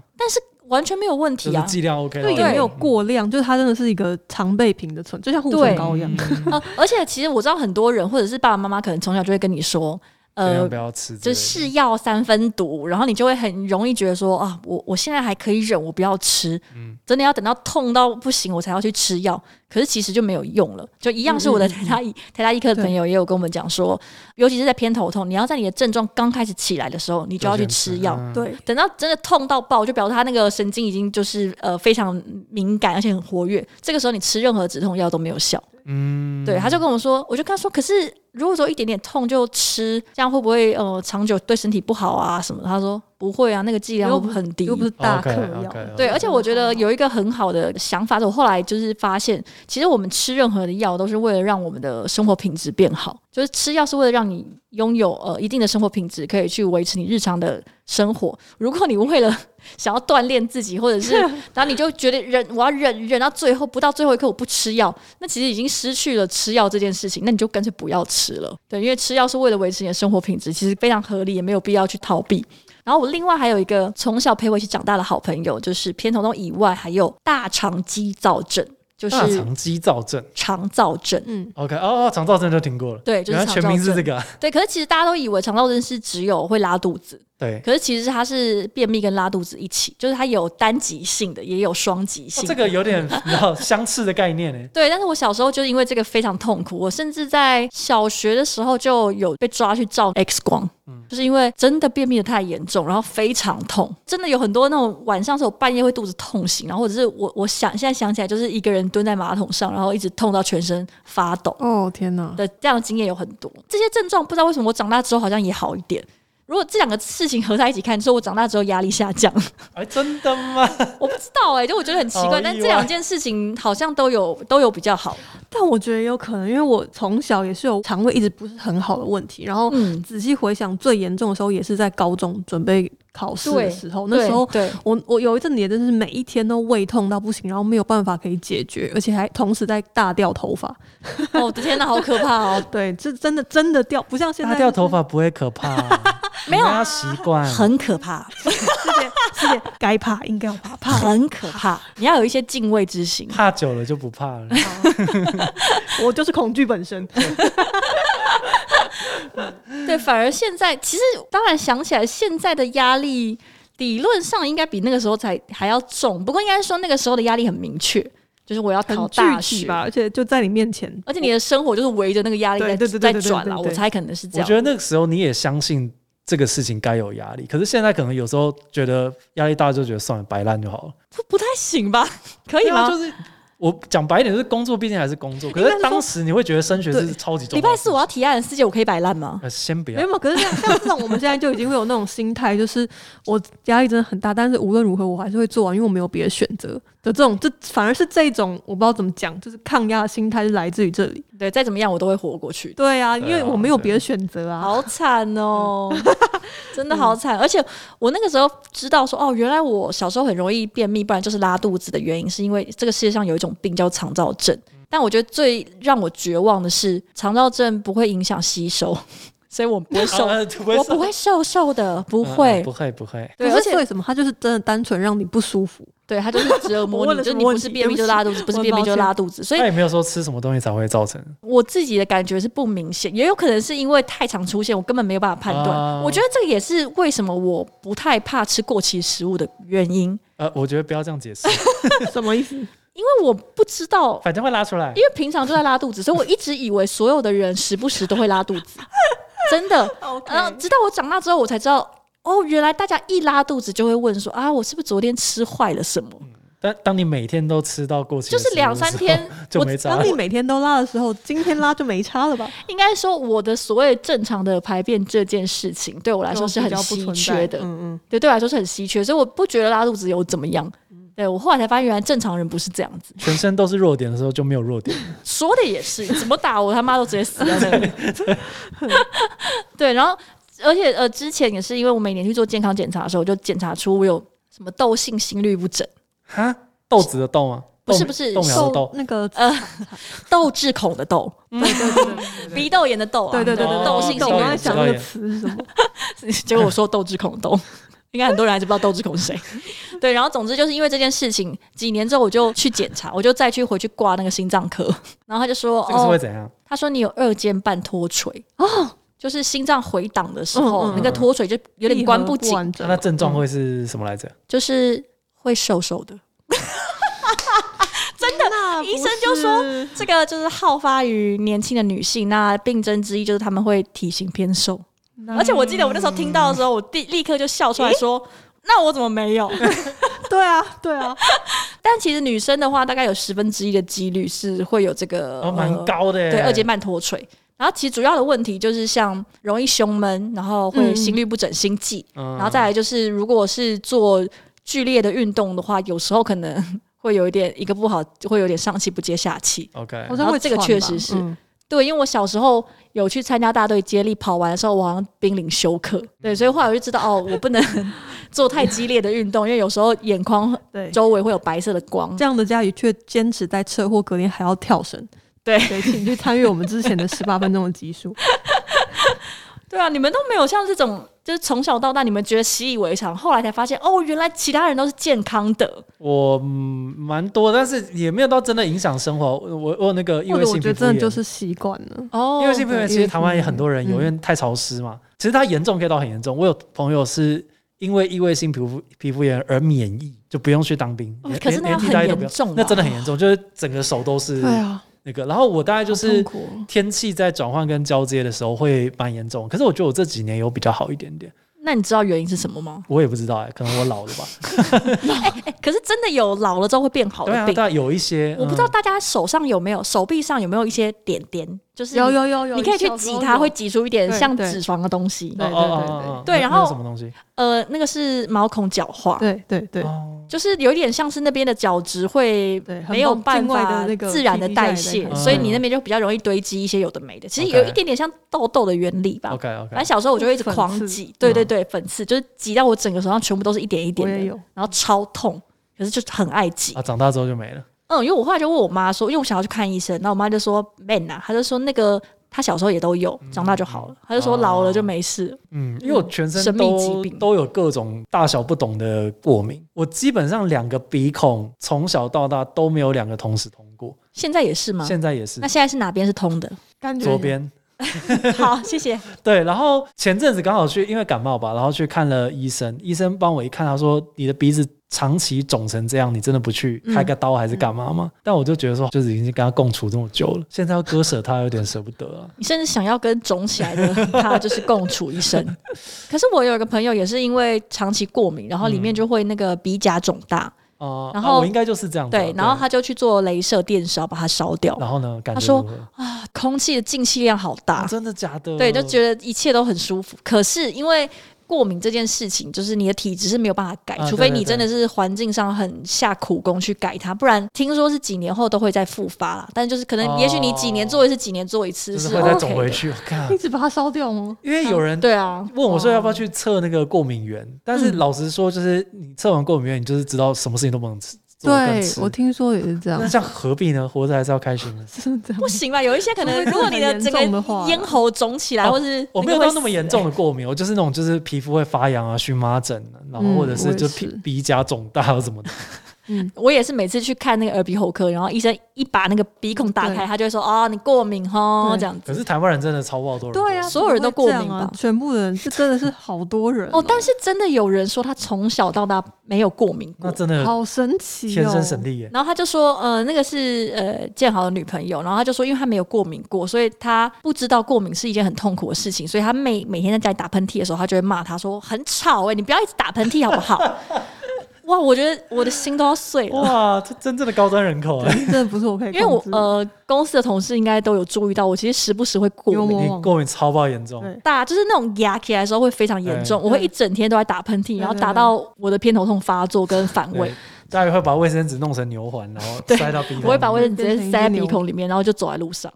A: 完全没有问
C: 就
A: 题
C: 是
A: 啊。
C: 剂量 OK，嗯
B: 对，
A: 对
B: 也没有过量，就是它真的是一个常备品的存，就像护唇
A: 对
B: 膏 一样。
A: 呃，而且其实我知道很多人或者是爸爸妈妈，可能从小就会跟你说，
C: 呃，
A: 呃
C: 不，要吃之类
A: 就
C: 的，
A: 是是药三分毒，然后你就会很容易觉得说啊，我我现在还可以忍，我不要吃，
C: 嗯
A: 真的要等到痛到不行我才要去吃药。可是其实就没有用了，就一样是我的
B: 嗯嗯
A: 台大医台大医科的朋友也有跟我们讲说，尤其是在偏头痛，你要在你的症状刚开始起来的时候，你就要去吃药。
C: 嗯，
B: 对，
A: 等到真的痛到爆，就表示他那个神经已经就是呃非常敏感，而且很活跃。这个时候你吃任何止痛药都没有效。
C: 嗯，
A: 对，他就跟我说，我就跟他说，可是如果说一点点痛就吃，这样会不会呃长久对身体不好啊什么的？他说不会啊，那个剂量
B: 又
A: 又
B: 不
A: 很低
B: 又。不是大克药
C: OK，OK，OK
A: 对，而且我觉得有一个很好的想法，我后来就是发现，其实我们吃任何的药都是为了让我们的生活品质变好，就是吃药是为了让你拥有呃一定的生活品质，可以去维持你日常的生活。如果你为了 想要锻炼自己，或者是然后你就觉得忍，我要忍忍到最后，不到最后一刻我不吃药，那其实已经失去了吃药这件事情，那你就干脆不要吃了。对，因为吃药是为了维持你的生活品质，其实非常合理，也没有必要去逃避。然后我另外还有一个从小陪我一起长大的好朋友，就是偏头痛以外，还有大肠肌燥症，就
C: 大
A: 是
C: 肠肌燥症
A: 肠燥症。
B: 嗯，
C: ，OK，哦，哦肠燥症就听过了，
A: 对就是
C: 原来全名是这个啊，
A: 对，可是其实大家都以为肠燥症是只有会拉肚子，
C: 对，
A: 可是其实它是便秘跟拉肚子一起，就是它有单极性的，也有双极
C: 哦
A: 性的。
C: 这个 有点比较相似的概念呢。欸
A: 对，但是我小时候就是因为这个非常痛苦，我甚至在小学的时候就有被抓去照 X 光，
C: 嗯
A: 就是因为真的便秘的太严重，然后非常痛，真的有很多那种晚上是我半夜会肚子痛醒，然后或者是我我想现在想起来就是一个人蹲在马桶上，然后一直痛到全身发抖
B: 哦天哪，
A: 的这样的经验有很多。这些症状不知道为什么我长大之后好像也好一点。如果这两个事情合在一起看，说我长大之后压力下降，
C: 哎，真的吗？
A: 我不知道哎、就我觉得很奇
C: 好
A: 怪。
C: 意
A: 但这
C: 外
A: 两件事情好像都有都有比较好。
B: 但我觉得也有可能，因为我从小也是有肠胃一直不是很好的问题，然后
A: 嗯，
B: 仔细回想，最严重的时候也是在高中准备考试的
A: 对
B: 时候，那时候。
A: 对，
B: 我我有一阵子也真是每一天都胃痛到不行，然后没有办法可以解决，而且还同时在大掉头发。
A: 哦，我的天哪，好可怕哦！
B: 对，这真的真的掉，不像现在
C: 他掉头发不会可怕啊，
A: 没有
C: 你要习惯，
A: 很可怕，
B: 是点该怕应该要怕怕。
A: 很可 怕，你要有一些敬畏之心。
C: 怕久了就不怕了。
B: 我就是恐惧本 身。
A: 对，反而现在其实当然想起来，现在的压力理论上应该比那个时候才还要重，不过应该说那个时候的压力很明确，就是我要考
B: 很
A: 大
B: 具
A: 学
B: 体，吧，而且就在你面前。
A: 而且你的生活就是围着那个压力
B: 对
A: 在
B: 对对对
A: 在
B: 对对
A: 转
B: 对
A: 了，
B: 对
A: 我猜可能是这
C: 我
A: 样
C: 觉。得那个时候你也相信这个事情该有压力。可是现在可能有时候觉得压力大，就觉得算了，摆烂就好了。
A: 不不太行吧？可以
C: 对啊
A: 吗？
C: 就是我讲白一点，就是工作毕竟还是工作。可是当时你会觉得升学是超级重
A: 礼
C: 要的
A: 拜
C: 事
A: 四
C: 情。
A: 我要提案，师姐我可以摆烂吗？
C: 呃，先不
B: 没
C: 要
B: 有，没有可是像像这种，我们现在就已经会有那种心态，就是我压力真的很大，但是无论如何我还是会做完，因为我没有别的选择的这种，这反而是这种我不知道怎么讲，就是抗压的心态是来自于这里。
A: 对，再怎么样我都会活过去的。
B: 对啊，因
C: 对
B: 为
C: 啊
B: 我没有
C: 对
B: 别的选择啊。
A: 好惨 哦，真的好惨！而且我那个时候知道说，哦，原来我小时候很容易便秘，不然就是拉肚子的原因，是因为这个世界上有一种病叫肠燥症。但我觉得最让我绝望的是，肠燥症不会影响吸收， 所以我不会瘦，
C: 啊不
A: 我
C: 瘦
A: 不会瘦瘦的，不
C: 嗯嗯
B: 啊
A: 会。
C: 不会，不会。
A: 对，
B: 可
A: 而
B: 是
A: 且
B: 为什么他就是真的单纯让你不舒服？
A: 对他就是折
B: 我
A: 磨
B: 问
A: 你，
B: 了
A: 就
B: 什
A: 是
B: 么
A: 你
B: 问
A: 不
B: 题
A: 是便秘就拉肚子，不是
B: 我很
A: 便秘就
B: 抱歉
A: 拉肚子，所以
C: 他也没有说吃什么东西才会造成。
A: 我自己的感觉是不明显，也有可能是因为太常出现，我根本没有办法判断。
C: 啊
A: 我觉得这个也是为什么我不太怕吃过期食物的原因，
C: 呃，我觉得不要这 样解释，
B: 什么意 思？
A: 因为我不知道，
C: 反正会拉出来
A: 因。为平常就在拉肚子，所以我一直以为所有的人时不时都会拉肚 子，真的。然后
B: 嗯
A: 直到我长大之后，我才知道，哦，原来大家一拉肚子就会问说啊，我是不是昨天吃坏了什么？
B: 嗯
C: 但当你每天都吃到过期
A: 就
C: 的食
A: 是
C: 物的时候，
A: 两三天，
C: 就
A: 我
C: 没差
B: 当
C: 了
B: 你。每天都拉的时候，今天拉就没差了吧？
A: 应该说我的所谓正常的排便这件事情，对我来
B: 这
A: 说
B: 种
A: 是
B: 比
A: 很
B: 较不
A: 稀
B: 存
A: 缺
B: 在
A: 的。
B: 嗯嗯，
A: 对，对我来说是很稀缺，所以我不觉得拉肚子有怎么样。
B: 嗯
A: 对我后来才发现，原来正常人不是这样子。
C: 全身都是弱点的时候就没有弱点。
A: 说的也是，怎么打我他妈都直接死在那里。 对，然后而且呃，之前也是因为我每年去做健康检查的时候，就检查出我有什么窦性心律不整、
C: 哈，豆子的豆吗？
A: 不是
C: 豆
A: 不是哦
C: 豆苗
B: 受
C: 的豆。
B: 那个
A: 窦智孔的窦、
B: 嗯
A: 鼻窦炎的窦、啊，
B: 对对对对，
A: 你
B: 对
A: 知道
C: 窦
A: 吗
B: 我
A: 窦性
C: 窦
A: 心
B: 我
C: 炎
B: 刚
A: 律
B: 才
A: 不
B: 想
A: 整。
B: 那
C: 窦
B: 个
C: 炎
B: 词是什么？
A: 结果我说窦智孔的窦。 应该很多人还是不知道窦智孔是谁， 对，然后总之就是因为这件事情，几年之后我就去检查，我就再去回去挂那个心脏科， 然后他就说，
C: 这个是
A: 哦
C: 会，怎样？
A: 他说你有二尖瓣脱垂哦，就是心脏回挡的时
B: 嗯
A: 候，
B: 嗯嗯
A: 那个脱垂就有点关不紧，
B: 完 整
C: 那它症状会是什么来着？
A: 就是会瘦瘦的。
B: 真的，那
A: 医
B: 不
A: 生就是说这个就是好发于年轻的女性，那病症之一就是她们会体型偏瘦。
B: 那
A: 而且我记得我那时候听到的时候，我立立刻就笑出来说。那我怎么没有？
B: 对啊，对 啊，
A: 但其实女生的话，大概有十分之一的几率是会有这个，
C: 哦，蛮高的耶。
A: 呃对，二尖瓣脱垂。然后其实主要的问题就是像容易胸闷，然后会
B: 嗯
A: 心律不整、心悸，
C: 嗯，
A: 然后再来就是如果是做剧烈的运动的话，有时候可能会有一点一个不好，会有点上气不接下气。
C: OK，
B: 好
A: 然
B: 像
A: 后
B: 会
A: 这个
B: 喘
A: 确
B: 吧
A: 实是
B: 嗯
A: 对，因为我小时候有去参加大队接力，跑完的时候我好像濒临休
C: 嗯
A: 克，对，所以后来我就知道哦，我不能 做太激烈的运动，因为有时候眼眶
B: 对。
A: 周围会有白色的光。
B: 这样的佳宇却坚持在车祸隔天还要跳绳。
A: 对
B: 对，请去参与我们之前的十八分钟的集 数。
A: 对啊，你们都没有像这种，就是从小到大你们觉得习以为常，后来才发现哦，原来其他人都是健康的。
C: 我嗯蛮多，但是也没有到真的影响生活。我我我有那个异
B: 或
C: 位
B: 者我
C: 性
B: 觉
C: 皮
B: 得
C: 肤
B: 真
C: 炎
B: 的就。是习惯了。
A: 哦
C: 因为性皮肤炎，其实
B: 对
C: 台湾也很多人有，
B: 嗯
C: 因为太潮湿嘛。其实它严重可以到很严重。我有朋友是因为异位性皮肤皮肤炎而免疫，就不用去当兵，
A: 哦
C: 连
A: 可是
C: 连
A: 那样
C: 连替
A: 很
C: 代役都不用
A: 严重啊
C: 那
A: 吧
C: 真的很严重，就是整个手都是
B: 啊，
C: 那个。然后我大概就是
B: 好痛苦哦
C: 天气在转换跟交接的时候会蛮严重，可是我觉得我这几年有比较好一点点，
A: 那你知道原因是什么吗？
C: 我也不知道哎、可能我老了吧。
A: 哎可是真的有老了之后会变 好的
C: 对啊，
A: 病，
C: 但有一些
A: 我不知道
C: 嗯
A: 大家手上有没有、手臂上有没有一些点点，就是
B: 有有有有，
A: 你可以去
B: 小时
A: 挤
B: 候
A: 它，
B: 有
A: 会挤出一点
B: 对
A: 像
B: 对
A: 脂肪的东西。
B: 对
C: 哦哦哦哦
A: 对对对对
C: 那
A: 然后
C: 那是什么东西？
A: 呃，那个是毛孔角化，
B: 对对对
C: 哦
A: 就是有一点像是那边的角质会
B: 对，很
A: 没有
B: 棒
A: 办
B: 境外
A: 法
B: 的那个
A: 自然的
B: PPI
A: 代
B: 在
A: 谢，
B: 看
A: 所以
C: 嗯
A: 你那边就比较容易堆积一些有的没的。其实
C: OK
A: 有一点点像痘痘的原理吧。
C: ，OK
A: 反
C: OK，
A: 正小时候我就会一直
B: 哦粉
A: 狂
B: 刺
A: 挤，对
C: 嗯
A: 对对，粉刺就是挤到我整个手上全部都是一点一点
B: 我也
A: 的，
B: 有。
A: 然后超痛，可是就很爱挤
C: 啊，。长大之后就没了。
A: 嗯，因为我后来就问我妈说，因为我想要去看医生，然后我妈就说 man 啊，她就说那个她小时候也都有，长大就好了，她就说老了就没事。
C: 嗯，因为我全身
A: 神秘
C: 都
A: 疾病
C: 都有各种大小不同的过敏，我基本上两个鼻孔从小到大都没有两个同时通过，
A: 现在也是吗？
C: 现在也是
A: 嗯那现在是哪边是通的？
B: 感觉
C: 左边。
A: 好，谢谢。
C: 对，然后前阵子刚好去，因为感冒吧，然后去看了医生。医生帮我一看，他说你的鼻子长期肿成这样，你真的不去
A: 嗯
C: 开个刀还是干嘛吗？但我就觉得说，就是已经跟他共处这么久了，现在要割舍他有点舍不得啊。
A: 你甚至想要跟肿起来的他就是共处一生。 可是我有一个朋友也是因为长期过敏，然后里
C: 嗯
A: 面就会那个鼻甲肿大，
C: 哦、
A: 然
C: 啊
A: 后
C: 我应该就是这样子啊、
A: 对，然后他就去做镭射电烧把它烧掉。
C: 然后呢，感觉
A: 他说
C: 如何
A: 啊，空气的进气量好大
C: 啊，真的假的？
A: 对，就觉得一切都很舒服。可是因为过敏这件事情，就是你的体质是没有办法改，
C: 啊
A: 除非
C: 对对
A: 你真的是环境上很下苦功去改它，不然听说是几年后都会再复发啦。但就是可能，也许你几年做一次，几年做一次
C: 哦就是
A: 是
C: 会再
A: OK
C: 肿回
A: 的。
C: 去。我 看、啊
B: 一直把它烧掉吗？
C: 因为有人
A: 对啊，
C: 问我说要
B: 哦
C: 不要去测那个过敏源，但是
A: 嗯
C: 老实说，就是你测完过敏源，你就是知道什么事情都不能吃，做不能
B: 对
C: 吃，
B: 我听说也是这样
C: 那，这样何必呢？活着还是要开心的。
B: 是这样
A: 不。行吧？有一些可 能，如果你的整
B: 很严重的话
A: 个咽喉肿起来，
C: 哦
A: 或是
C: 我没有
A: 个会
C: 到那么严重的过敏，我就是那种就是皮肤会发痒啊、荨麻疹啊，然后
B: 嗯
C: 或者是就
B: 我也是
C: 鼻鼻甲肿大啊什么的。
B: 嗯，
A: 我也是每次去看那个耳鼻喉科，然后医生一把那个鼻孔打开，
B: 对
A: 他就会说：“哦，你过敏哦，
B: 对
A: 这样子。
C: 可是台湾人真的超爆多人过敏，
B: 对啊，
A: 所有人都过敏吧
B: 怎么会这样啊全部人是真的是好多人”
A: 哦，但是真的有人说他从小到大没有过敏过
C: 那，真的
B: 好神奇哦，
C: 天生神力耶。
A: 然后他就说，呃，那个是呃建豪的女朋友，然后他就说，因为他没有过敏过，所以他不知道过敏是一件很痛苦的事情，所以他每每天在家里打喷嚏的时候，他就会骂他说很吵哎、你不要一直打喷嚏好不好？哇，我觉得我的心都要碎了。
C: 哇，这真正的高端人口哎、
B: 真的不是我可以
A: 因
B: 控
A: 为
B: 制，
A: 我呃，公司的同事应该都有注意到，我其实时不时会过
B: 幽
A: 敏
B: 默
C: 你
B: 哇
C: 过敏超爆严重，
B: 对
A: 大，就是那种压起来的时候会非常严重，
C: 对
A: 我会一整天都在打喷嚏，然后
B: 对对
A: 打
B: 对
A: 到我的偏头痛发作跟反胃
C: 对，，大家会把卫生纸弄成牛环，然后
A: 对
C: 塞到鼻孔。
A: 我会把卫生纸直接塞在
B: 变成一
A: 鼻
B: 个
A: 孔里面，然后就走在路上。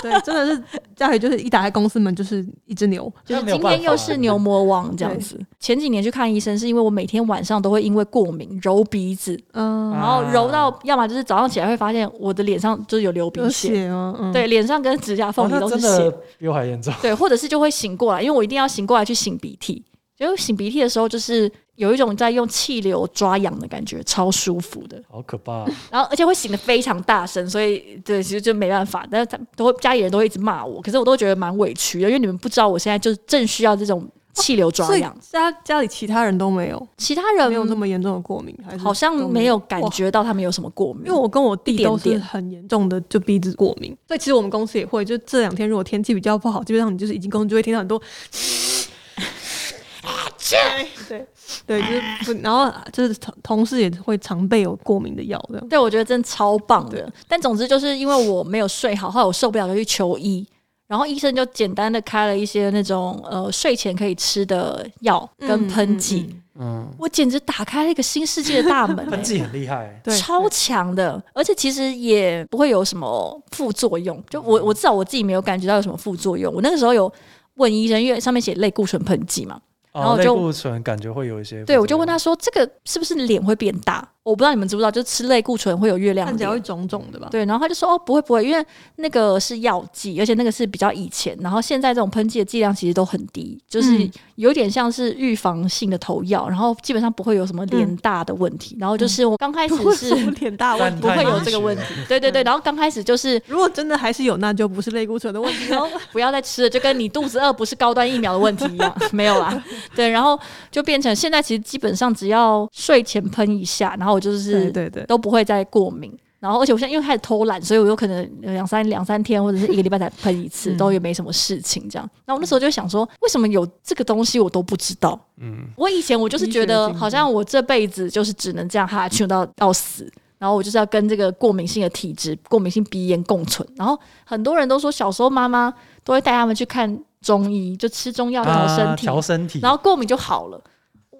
B: 对，真的是家里就是一打开公司门就是一只牛，
A: 就是
C: 那没有
A: 今
C: 办法
A: 天又是牛魔王这样子。前几年去看医生，是因为我每天晚上都会因为过敏揉鼻子，
C: 啊
B: 嗯，
A: 然后揉到要么就是早上起来会发现我的脸上就是有流鼻
B: 有
A: 血，
B: 血吗？嗯，
A: 对，脸上跟指甲缝
C: 哇
A: 里
C: 哦那
A: 都是
C: 真
A: 血，
C: 的比我还严重。
A: 对，或者是就会醒过来，因为我一定要醒过来去擤鼻涕。就擤鼻涕的时候，就是有一种在用气流抓痒的感觉，超舒服的。
C: 好 可怕、
A: 然后而且会醒得非常大声，所以对，其实就没办法。但是他都会家里人都会一直骂我，可是我都觉得蛮委屈的，因为你们不知道我现在就是正需要这种气流抓
B: 所以
A: 痒。
B: 家家里其他人都没有，
A: 其他人
B: 没有那么严重的过敏，还是
A: 好像
B: 都
A: 没有感
B: 哇
A: 觉到他们有什么过敏，
B: 因为我跟我弟都
A: 一点
B: 是
A: 点
B: 很严重的，就鼻子过敏。所以其实我们公司也会，就这两天如果天气比较不好，基本上你就是已经公司就会听到很多 对对，就是不，然后就是同同事也会常备有过敏的药这样。
A: 对我觉得真的超棒的。但总之就是因为我没有睡好，后来我受不了就去求医，然后医生就简单的开了一些那种呃睡前可以吃的药跟喷剂，
B: 嗯
C: 嗯，
A: 我简直打开了一个新世界的大门、欸
C: 喷剂很厉害、
B: 对，
A: 超强的，而且其实也不会有什么副作用。就
B: 嗯
A: 我我至少我自己没有感觉到有什么副作用。我那个时候有问医生，因为上面写类固醇喷剂嘛，然后
C: 哦，
A: 我
C: 类
A: 就
C: 固醇感觉会有一些。
A: 对，我就问他，说：“这个是不是脸会变大？”我不知道你们知不知道，就吃类固醇会有月亮
B: 看起来会
A: 脸。
B: 肿肿的吧？
A: 对，然后他就说：“哦，不会不会，因为那个是药剂，而且那个是比较以前，然后现在这种喷剂的剂量其实都很低，就是
B: 嗯
A: 有点像是预防性的投药，然后基本上不会有什么脸大的问题。然后就是我刚开始
B: 嗯 不
A: 是
B: 是脸 大问
C: 但
B: 题，
A: 啊不会有这个问题，对对对，然后刚开始就是
B: 如果真的还是有，那就不是类固醇的问题哦。
A: 不要再吃了，就跟你肚子饿不是高端疫苗的问题一样， 没有啦。对，然后就变成现在其实基本上只要睡前喷一下，然后我 就是
B: 对对对，
A: 都不会再过敏。然后，而且我现在因为开始偷懒，所以我有可能两三两三天或者是一个礼拜才喷一次，
B: 嗯
A: 都也没什么事情这样。那我那时候就想说，为什么有这个东西我都不知道？
C: 嗯，
A: 我以前我就是觉
B: 医学
A: 得
B: 精神
A: 好像我这辈子就是只能这样哈去到到死，然后我就是要跟这个过敏性的体质、过敏性鼻炎共存。然后很多人都说，小时候妈妈都会带他们去看中医，就吃中药调身
C: 啊
A: 体，
C: 调身体，
A: 然后过敏就好了。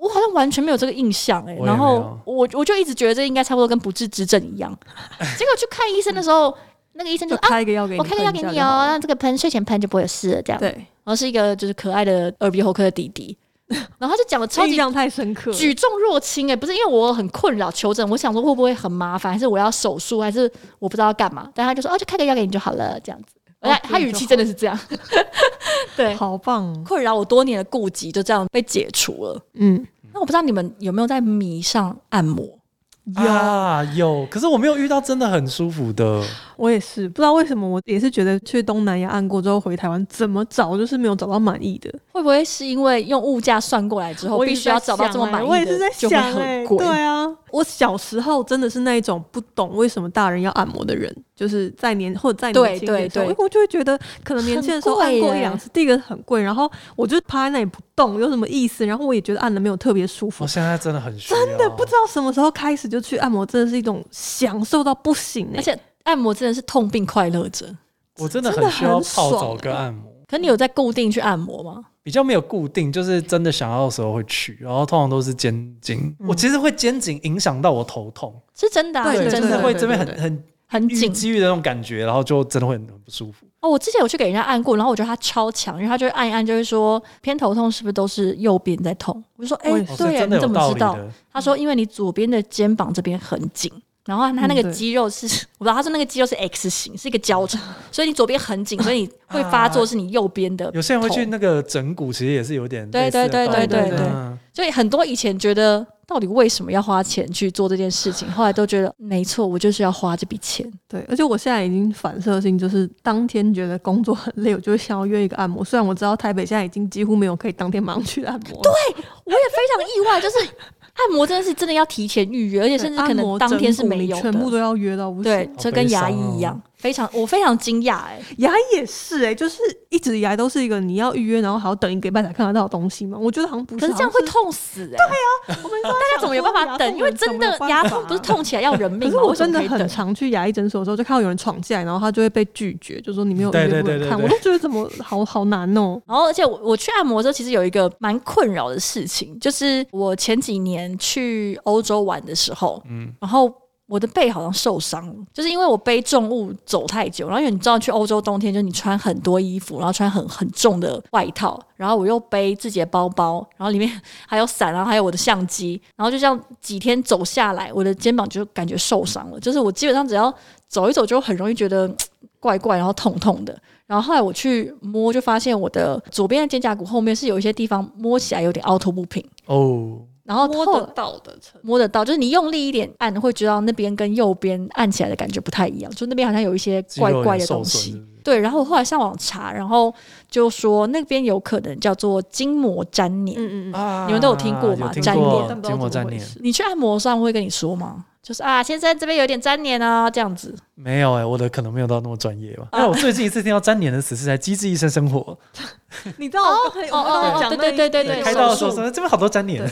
A: 我好像完全没有这个印象哎、
C: 我也
A: 然
C: 没
A: 后
C: 有
A: 我我就一直觉得这应该差不多跟不治之症一 样。结果去看医生的时候，那个医生就
B: 就
A: 说啊，
B: 开一个药给你，
A: 我开个药给
B: 喷一
A: 你
B: 下就
A: 哦
B: 好，了
A: 那这个喷睡前喷就不会有事了这样。
B: 对，
A: 然后是一个就是可爱的耳鼻喉科的弟弟， 然后他就讲的超
B: 印
A: 级
B: 象太深刻了，
A: 举重若轻哎、不是因为我很困扰求诊，我想说会不会很麻烦，还是我要手术，还是我不知道要干嘛？但他就说哦，就开个药给你就好了这样子。
B: 哦
A: 而且他
B: 这样
A: 语
B: 就
A: 气
B: 好
A: 真的是这样， 对，
B: 好棒哦，
A: 困扰我多年的痼疾就这样被解除了。
B: 嗯，
A: 那我不知道你们有没有在迷上按摩？
B: 啊
C: 啊有，可是我没有遇到真的很舒服的。
B: 我也是，不知道为什么，我也是觉得去东南亚按过之后回台湾，怎么找就是没有找到满意的。
A: 会不会是因为用物价算过来之后，
B: 我也
A: 必
B: 是
A: 须要
B: 在
A: 找到
B: 想
A: 这么
B: 欸
A: 满意
B: 我也是在
A: 的，就会
B: 想欸
A: 很贵？
B: 对啊，我小时候真的是那一种不懂为什么大人要按摩的人，就是在年或者在年
A: 对
B: 轻一点的时
A: 对
B: 候，
A: 对
B: 因为我就会觉得可能年轻的时候
A: 很贵
B: 按过一
A: 耶
B: 两次，第一个很贵，然后我就趴在那里不动，有什么意思？然后我也觉得按的没有特别舒服
A: 哦
C: 我。现在真的很需要，真
B: 真的不知道什么时候开始就去按摩，真的是一种享受到不行哎、
A: 而且按摩真的是痛并快乐着。
C: 我真的
B: 真的
C: 很需要
B: 很
C: 泡澡
B: 爽
C: 跟按摩，
A: 可你有在固定去按摩吗？
C: 比较没有固定，就是真的想要的时候会去，然后通常都是肩颈，
A: 嗯
C: 我其实会肩颈影响到我头痛，
A: 是真的、啊，
B: 对
A: 是
B: 对
A: 真
C: 真的
A: 的
C: 会
B: 对
C: 这边
B: 对
C: 很
B: 对
C: 很
A: 很
C: 郁
A: 紧
C: 积郁的那种感觉，然后就真的会很很不舒服。
A: 哦。我之前有去给人家按过，然后我觉得他超强，因为他就会按一按，就会说偏头痛是不是都是右边在痛？我就说哎、
B: 我也
C: 哦，这
A: 对耶，
C: 真的
A: 你怎
C: 有
A: 么
C: 道
A: 知
C: 理
A: 道？
C: 的。
A: 他说因为你左边的肩膀这边很紧。然后他那
B: 嗯
A: 个
B: 对
A: 肌肉是， 我不知道，他说那个肌肉是 X 型，是一个交叉，所以你左边很 紧，所以你会发作是你右边的。
C: 有些人会去，那个整骨，其实也是有点
A: 对
C: 类似的
A: 对对
C: 道理
B: 对对
A: 对
C: 嗯
A: 所以很多以前觉得到底为什么要花钱去做这件事 情，后来都觉得没错，我就是要花这笔钱。
B: 对，而且我现在已经反射性，就是当天觉得工作很累，我就会想要约一个按摩。虽然我知道台北现在已经几乎没有可以当天马上去的按摩了，对，
A: 我也非常意外，就是 按摩真的是真的要提前预约，而且甚至可
B: 按
A: 能
B: 摩
A: 当天是哦
B: 整骨
A: 没
B: 你
A: 有
B: 全部
A: 的。
B: 都要约到不行。
A: 对，这跟牙医一样，非常我非常惊讶哎，
B: 牙也是哎、就是一直以来都是一个你要预约，然后还要等一个礼拜才看得到的东西嘛。我觉得好像不
A: 可
B: 是，
A: 是这样会痛死哎、欸，
B: 好像是。我 们大
A: 那怎么有办法等？因为真的牙痛不是。痛起来要人命
B: 啊可
A: 吗？
B: 是我
A: 为什
B: 真
A: 么
B: 的
A: 可以
B: 很
A: 等？
B: 常去牙医诊所的时候，就看到有人闯进来，然后他就会被拒绝，就说你没有预约
C: 对对
B: 不
C: 对
B: 能看。
C: 对对
B: 我都觉得怎么好好难哦、
A: 然后，而且我我去按摩的时候，其实有一个蛮困扰的事情，就是我前几年去欧洲玩的时候，
C: 嗯，
A: 然后我的背好像受伤了，就是因为我背重物走太久，然后因为你知道去欧洲冬天，就是你穿很多衣服，然后穿很很重的外套，然后我又背自己的包包，然后里面还有伞，然后还有我的相机，然后就这样几天走下来，我的肩膀就感觉受伤了，就是我基本上只要走一走就很容易觉得嗯怪怪，然后痛痛的。然后后来我去摸，就发现我的左边的肩胛骨后面是有一些地方摸起来有点凹凸不平，
C: 哦，
A: 然后
B: 摸
A: 后
B: 得到的程度
A: 摸得到，就是你用力一点按，会知道那边跟右边按起来的感觉不太一样，就那边好像有一些
C: 肌
A: 怪
C: 肉有
A: 怪
C: 点
A: 的
C: 受
A: 东
C: 损是
A: 西。
C: 不是
A: 对，然后我后来上网查，然后就说那边有可能叫做筋膜粘连。
B: 嗯嗯嗯，
C: 啊
A: 你们都有听过吗
C: 有听
A: 粘
C: 过
A: 连
B: 但不知
C: 筋
B: 道
C: 膜
B: 怎么
C: 粘
B: 回
C: 连
B: 事
A: 你去按摩上会跟你说吗？就是啊，先生这边有点粘连啊，这样子。
C: 没有哎、我的可能没有到那么专业
A: 啊
C: 吧。那、我最近一次听到粘连的词是在《机智医生生活
B: 你知道我刚才有没有
A: 哦哦哦
B: 讲
A: 对对对》 对
C: 开刀的时
A: 手
C: 候
A: 术
C: 说，这边好多粘连，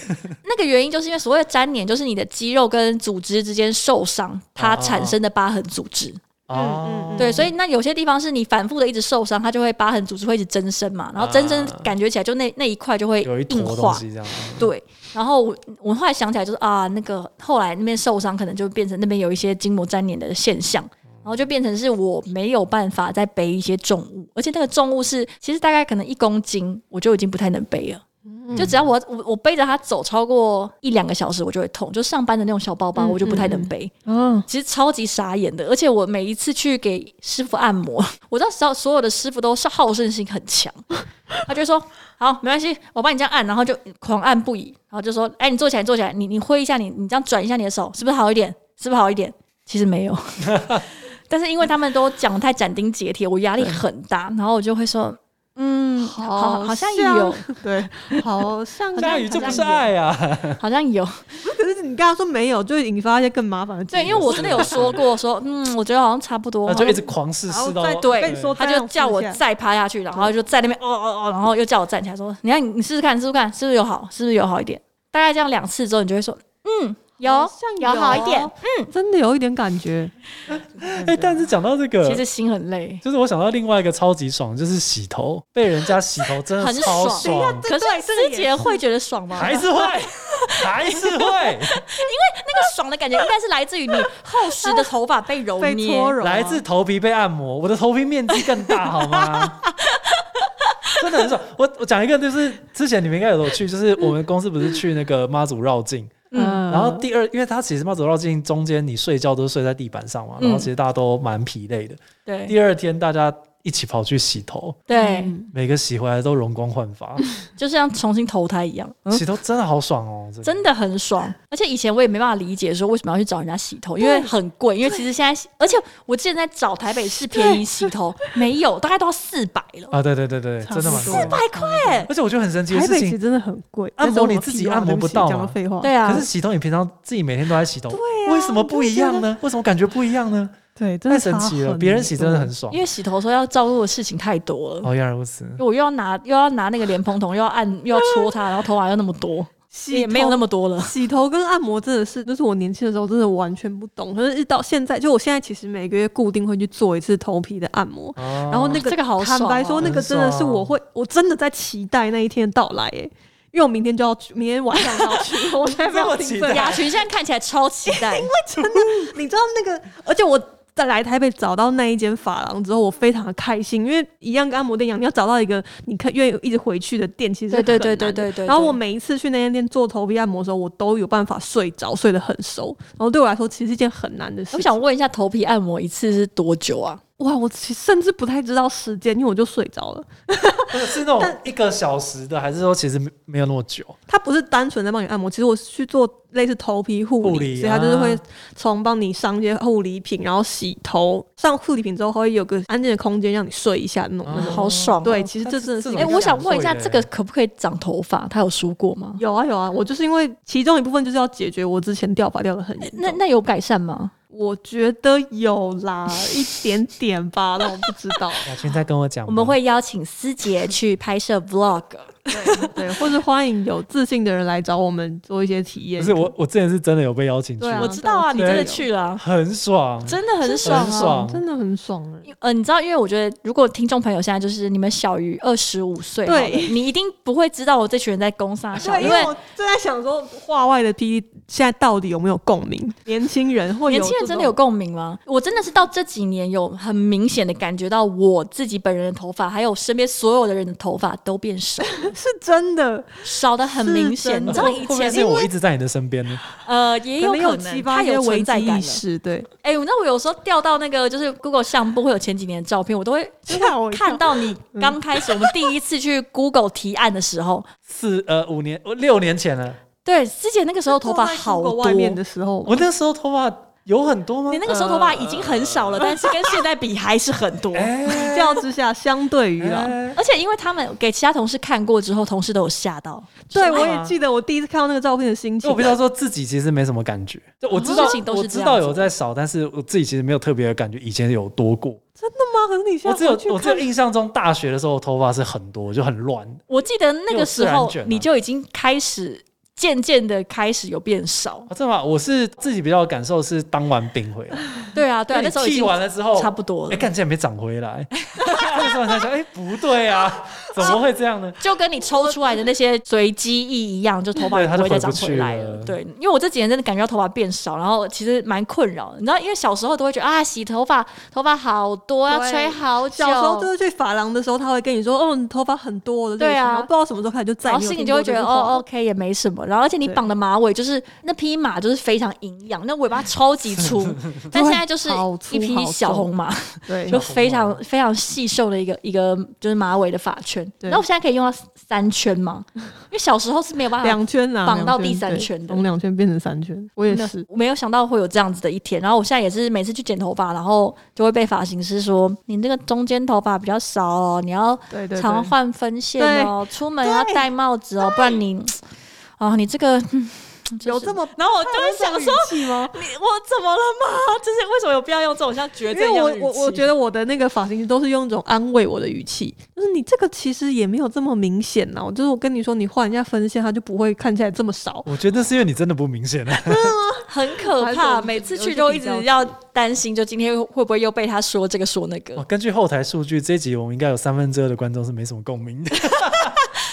A: 那个原因就是因为所谓的粘连，就是你的肌肉跟组织之间受伤，它
C: 哦哦哦
A: 产生的疤痕组织。
C: 哦
B: 嗯
A: 对，所以那有些地方是你反复的一直受伤，它就会疤痕组织会一直增生嘛，然后增生
C: 啊
A: 感觉起来就那那一块就会
C: 有一坨
A: 硬
C: 东
A: 化。
C: 西这样。嗯，
A: 对，然后我我后来想起来就是啊，那个后来那边受伤，可能就变成那边有一些筋膜粘连的现象，然后就变成是我没有办法再背一些重物，而且那个重物是其实大概可能一公斤，我就已经不太能背了。
B: 嗯
C: 嗯
A: 就只要我我我背着它走超过一两个小时，我就会痛。就上班的那种小包包，
B: 嗯
A: 我就不太
B: 嗯
A: 能
B: 嗯
A: 背。
B: 嗯，
A: 其实超级傻眼的，而且我每一次去给师傅按摩， 我知道所所有的师傅都是好胜心很强， 他就说好没关系，我帮你这样按，然后就狂按不已，然后就说哎你坐起来你坐起来，你你挥一下你你这样转一下你的手，是不是好一点？是不是好一点？其实没 有，但是因为他们都讲得太斩钉截铁，我压力很大，然后我就会说嗯好好像有，
B: 对，好像
C: 佳宇，
A: 有
C: 这不是爱啊！
A: 好像有，
B: 可是你刚刚说没有，就会引发一些更麻烦的 结
A: 对，
B: 果。
A: 因为我真的有说过说 嗯我觉得好像差不多，
C: 那啊就一直狂试
B: 然后
C: 试到
B: 再
A: 对
B: 跟你说，
A: 他就叫我再趴下去，然后就在那边哦哦哦，然后又叫我站起来说：“你看，你试试看，试试看，是不是有好？是不是有好一点？”大概这样两次之后，你就会说：“嗯，有
B: 好像
A: 有好一点。，
B: 嗯，真的有一点感觉。
C: 哎，但是讲到这”个
A: 其，实心很累，
C: 就是我想到另外一个超级爽，就是洗头，被人家洗头真的
A: 很
C: 超
A: 爽
C: 爽，
A: 可是
B: 对这个也
A: 师姐会觉得爽吗？
C: 还是会， 还是 会。
A: 那个爽的感觉应该是来自于你厚实的头发被揉
B: 被
A: 捏。
B: 搓揉啊，
C: 来自头皮被按摩，我的头皮面积更大，好 吗？真的很爽。我我讲一个，就是之前你们应该有去，就是我们公司不是去那个妈祖绕境，
A: 嗯，
B: 嗯，
C: 然后第二，因为它其实妈祖绕境中间你睡觉都是睡在地板上嘛，然后
A: 嗯
C: 其实大家都蛮疲累的。
A: 对，
C: 第二天大家。一起跑去洗头，
A: 对，
B: 嗯
C: 每个洗回来都容光焕发，
A: 就像重新投胎一样，
C: 洗头真的好爽哦，这个
A: 嗯真的很爽。而且以前我也没办法理解说为什么要去找人家洗头，因为很贵。因为其实现在，而且我之前在找台北市便宜洗头，没有，大概都要四百了。
C: 啊，对对对对，
B: 差
C: 真的蛮
B: 不
C: 多
B: 多400
C: 的
A: 百块，
C: 而且我觉得很神奇的
B: 台
C: 事
B: 北其实
C: 情，
B: 真的很贵，
C: 按
B: 但
C: 摩
B: 是我
C: 你自己
B: 屁话
C: 按摩
B: 对
C: 不
B: 起
C: 到
B: 讲了
C: 嘛
B: 废话，
A: 对啊
C: 可是，洗头你平常自己每天都在洗头，
B: 对啊
C: 为什么不一样呢？为什么感觉不一样呢？
B: 对，真
C: 太
B: 的
C: 神
B: 差
C: 奇了，
B: 很
C: 别人洗真的
B: 多
C: 很爽
A: 因。为洗头的时候要照顾的事情太多了。
C: 哦，原来 如此。
A: 我又要拿又要拿那个莲蓬头，又要按又要搓它，然后头发又那么 多，
B: 洗
A: 也没有
B: 头
A: 那么多了。
B: 洗头跟按摩真的是，就是我年轻的时候真的完全不懂，可是一到现在，就我现在其实每个月固定会去做一次头皮的按摩。
C: 然
B: 然后那
A: 啊
B: 个、
A: 这个好爽
B: 坦白说，
A: 哦
B: 那个真的是
C: 很爽
B: 我会，我真的在期待那一天的到来诶，因为我明天就要去，明天晚上就要去，我现在没
C: 这么
B: 有
C: 期
B: 兴
C: 待
B: 奋，
A: 雅群现在看起来超期待，
B: 你知道那个，而且我在来台北找到那一间发廊之后，我非常的开心，因为一样跟按摩店一样，你要找到一个你看愿意一直回去的店，其实是
A: 对对对
B: 很
A: 对
B: 难
A: 对
B: 的
A: 对
B: 然后我
A: 对
B: 每一次去那间店做头皮按摩的时候，我都有办法睡着，睡得很熟。然后对我来说，其实是一件很难的事情。
A: 我想问一下，头皮按摩一次是多久啊？
B: 哇，我其实甚至不太知道时间，因为我就睡着了。
C: 不是是哦那种一个小时的，还是说其实没没有那么久？
B: 它不是单纯在帮你按摩，其实我是去做类似头皮护
C: 护
B: 理，
C: 理
B: 所以它就是
C: 啊
B: 会从帮你上一些护理品，然后洗头，上护理品之后它会有个安静的空间让你睡一下那种。那种
C: 哦
A: 好爽哦
B: 对，其实这真的是
C: 这
B: 一
C: 种
B: 个
A: 哎、我想问一下，
C: 这
A: 这
C: 种
A: 个可不可以长头发？哎他有说过吗？
B: 有啊有啊，我就是因为其中一部分就是要解决我之前掉发掉的很严重。
A: 那那有改善吗？
B: 我觉得有啦，一点点吧，但我不知道。
C: 雅群在跟我讲吗，
A: 我们会邀请思杰去拍摄 vlog，
B: 对，或是欢迎有自信的人来找我们做一些体验。
C: 不是我，我之前是真的有被邀请去
B: 对，啊
A: 我知道啊，你真的
C: 对
A: 去了啊、
C: 很爽，
A: 真的很爽
C: 爽啊
B: 很
A: 啊。
C: 爽
B: 真的很爽哎、
A: 呃，你知道，因为我觉得，如果听众朋友现在就是你们小于二十五岁，
B: 对
A: 好了你一定不会知道我这群人在攻啥小，
B: 对，因
A: 因
B: 为
A: 为
B: 我正在想说，话外的 PD 现在到底有没有共鸣？年轻人会有
A: 年轻人
B: 这
A: 真的有
B: 种
A: 共鸣吗？我真的是到这几年有很明显的感觉到我自己本人的头发，还有身边所有的人的头发都变少，
B: 是真的，
A: 少的很明显。你知道
C: 会
A: 以
C: 会不会
A: 前
C: 是我一直在你的身边呢？
A: 呃也有
B: 可能有
A: 可
B: 激
A: 能
B: 发
A: 它
B: 一些
A: 有
B: 危
A: 存
B: 机
A: 在感
B: 意
A: 的。
B: 识，对，
A: 哎、我那我有时候掉到那个就是 Google 相簿会有前几年的照片，我都会
B: 吓我一跳嗯
A: 看到你刚开始我们第一次去 Google 提案的时候，
C: 四呃五年，我六年前了，
A: 对，之前那个时候头发好
B: 坐
A: 多
B: 在 Google。外面的时候嘛，
C: 我那时候头发有很多吗
A: 你？那个时候头发已经很少了，但是跟现在比还是很多。
C: 哎
B: 比较之下，相对于啦，
C: 哎
A: 而且因为他们给其他同事看过之后，同事都有吓到。
B: 对
C: 是吗
B: 我也记得我第一次看到那个照片的心情
C: 就我。必须要说自己其实没什么感觉，就我知道
A: 哦事情都是
C: 我知
A: 这
C: 道
A: 样子
C: 有在少，但是我自己其实没有特别的感觉，以前有多过。
B: 妈，可是你现
C: 我
B: 在
C: 只有
B: 回去
C: 我只有
B: 看，
C: 印象中大学的时候我头发是很多，就很乱。
A: 我记得那个时
C: 又自然
A: 候
C: 卷啊
A: 你就已经开始渐渐的开始有变少
C: 啊，。真的吗？我是自己比较有感受是当完兵回来，
A: 对啊，对啊，那
C: 就你
A: 时候已
C: 剃
A: 经
C: 完了之后
A: 差不多
C: 哎、
A: 了。
C: 看竟然没长回来， 那时候才想，哎、不对啊，怎么会这样呢？
A: 就跟你抽出来的那些随机意一样，就头发
C: 对
A: 也
C: 它
A: 不
C: 就
A: 会再长
C: 回
A: 回
C: 不去
A: 来
C: 了
A: 了。对，因为我这几年真的感觉到头发变少，然后其实蛮困扰的。你知道，因为小时候都会觉得啊，洗头发头发好多，要
B: 对
A: 吹好久，
B: 小时候就是去发廊的时候，他会跟你说：“哦，你头发很多的。”
A: 对啊
B: 然后不知道什么时候开始就再
A: 然后
B: 也没有
A: 心里
B: 听
A: 就
B: 过
A: 会
B: 这
A: 觉
B: 句
A: 得
B: 话了。
A: 哦，OK 也没什么。然后而且你
B: 对
A: 绑的马尾就是那匹马就是非常营养，那尾巴超级粗， 但现在就是
B: 好粗
A: 一匹
B: 好
A: 小
B: 重
A: 红马，
B: 对
A: 就非常非常细瘦的一个一个就是马尾的发圈。
B: 对
A: 然后我现在可以用到三圈嘛，因为小时候是没有办法。
B: 两圈啊，
A: 绑到
B: 两
A: 第三圈
B: 对
A: 的
B: 从两圈变成三圈，我也
A: 真的
B: 是。
A: 我没有想到会有这样子的一天。然后我现在也是每次去剪头发，然后就会被发型师说：“你这个中间头发比较少哦，你要
B: 对对
A: 常
B: 对，
A: 换分线哦，出门要戴帽子哦，不然你啊，你这个嗯就是
B: 有这么
A: 然后我就会想 说，
B: 语气吗？
A: 你我怎么了吗？ 就是为什么有必要用这种像绝
B: 因
A: 症
B: 为
A: 一样
B: 我
A: 的语气？
B: 我我觉得我的那个发型师都是用一种安慰我的语气，就是你这个其实也没有这么明显呐、我就是我跟你说，你换一下分线，它就不会看起来这么少。
C: 我觉得是因为你真的不明显啊，
A: 很可
B: 还是我
A: 怕，
B: 们
A: 每次
B: 有
A: 去
B: 些
A: 都
B: 比
A: 一直
B: 较
A: 要担心，就今天会不会又被他说这个说那
C: 哇
A: 个？
C: 哦根据后台数据，这一集我们应该有三分之二的观众是没什么共鸣的。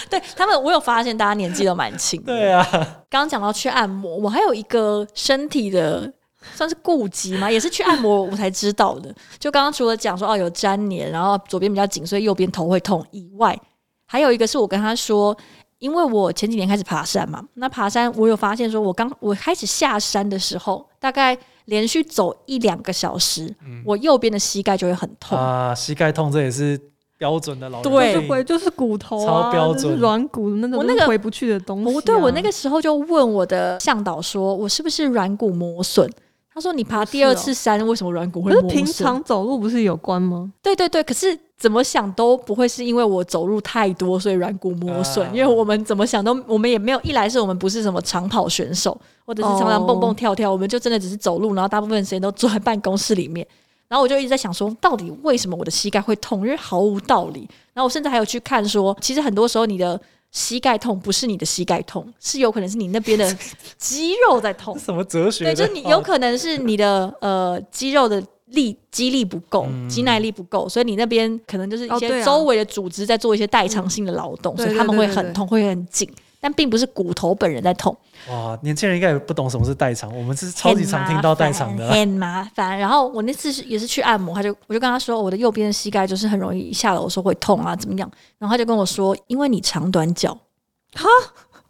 A: 对他们，我有发现大家年纪都蛮轻的。
C: 对啊，
A: 刚刚讲到去按摩，我还有一个身体的算是顾及嘛，也是去按摩我才知道的。就刚刚除了讲说哦有粘连，然后左边比较紧，所以右边头会痛以外，还有一个是我跟他说，因为我前几年开始爬山嘛，那爬山我有发现说，我刚 我开始下山的时候，大概连续走一两个小时，我右边的膝盖就会很痛。
C: 啊，膝盖痛这也是标准的老人
A: 对
B: 就是
C: 病
B: 回就是骨头
C: 超
B: 啊，
C: 标
B: 就
C: 准
B: 是软骨那种，
A: 我那个
B: 回不去的东西啊、
A: 我对我那个时候就问我的向导说，我是不是软骨磨损？他说：“你爬第二次山，为什么软骨会
B: 可是
A: 磨
B: 平
A: 损？
B: 常走路不是有关吗？
A: 对对对，可是怎么想都不会是因为我走路太多，所以软骨磨损。
C: 啊
A: 因为我们怎么想都，我们也没有一来是我们不是什么长跑选手，或者是常常蹦
B: 哦
A: 蹦跳跳，我们就真的只是走路，然后大部分时间都坐在办公室里面。然后我就一直在想说，到底为什么我的膝盖会痛？因为毫无道理。然后我甚至还有去看说，其实很多时候你的膝盖痛不是你的膝盖痛，是有可能是你那边 的肌肉在痛
C: 这。什么哲学
A: 对，
C: 的？哦
A: 就是你有可能是你的呃肌肉的力肌力不够，
C: 嗯
A: 肌耐力不够，所以你那边可能就是一
B: 哦对
A: 些
B: 啊
A: 周围的组织在做一些代偿性的劳动，
B: 嗯
A: 所以
B: 对
A: 他们会
B: 对对
A: 很
B: 对
A: 痛，会很紧。但并不是骨头本人在痛，
C: 哇，年轻人应该也不懂什么是代偿，我们是超级常听到代偿的啊
A: 很麻烦很麻烦。然后我那次是也是去按摩，他就我就跟他说我的右边的膝盖就是很容易一下楼的时候会痛啊，怎么样？然后他就跟我说，因为你长短脚。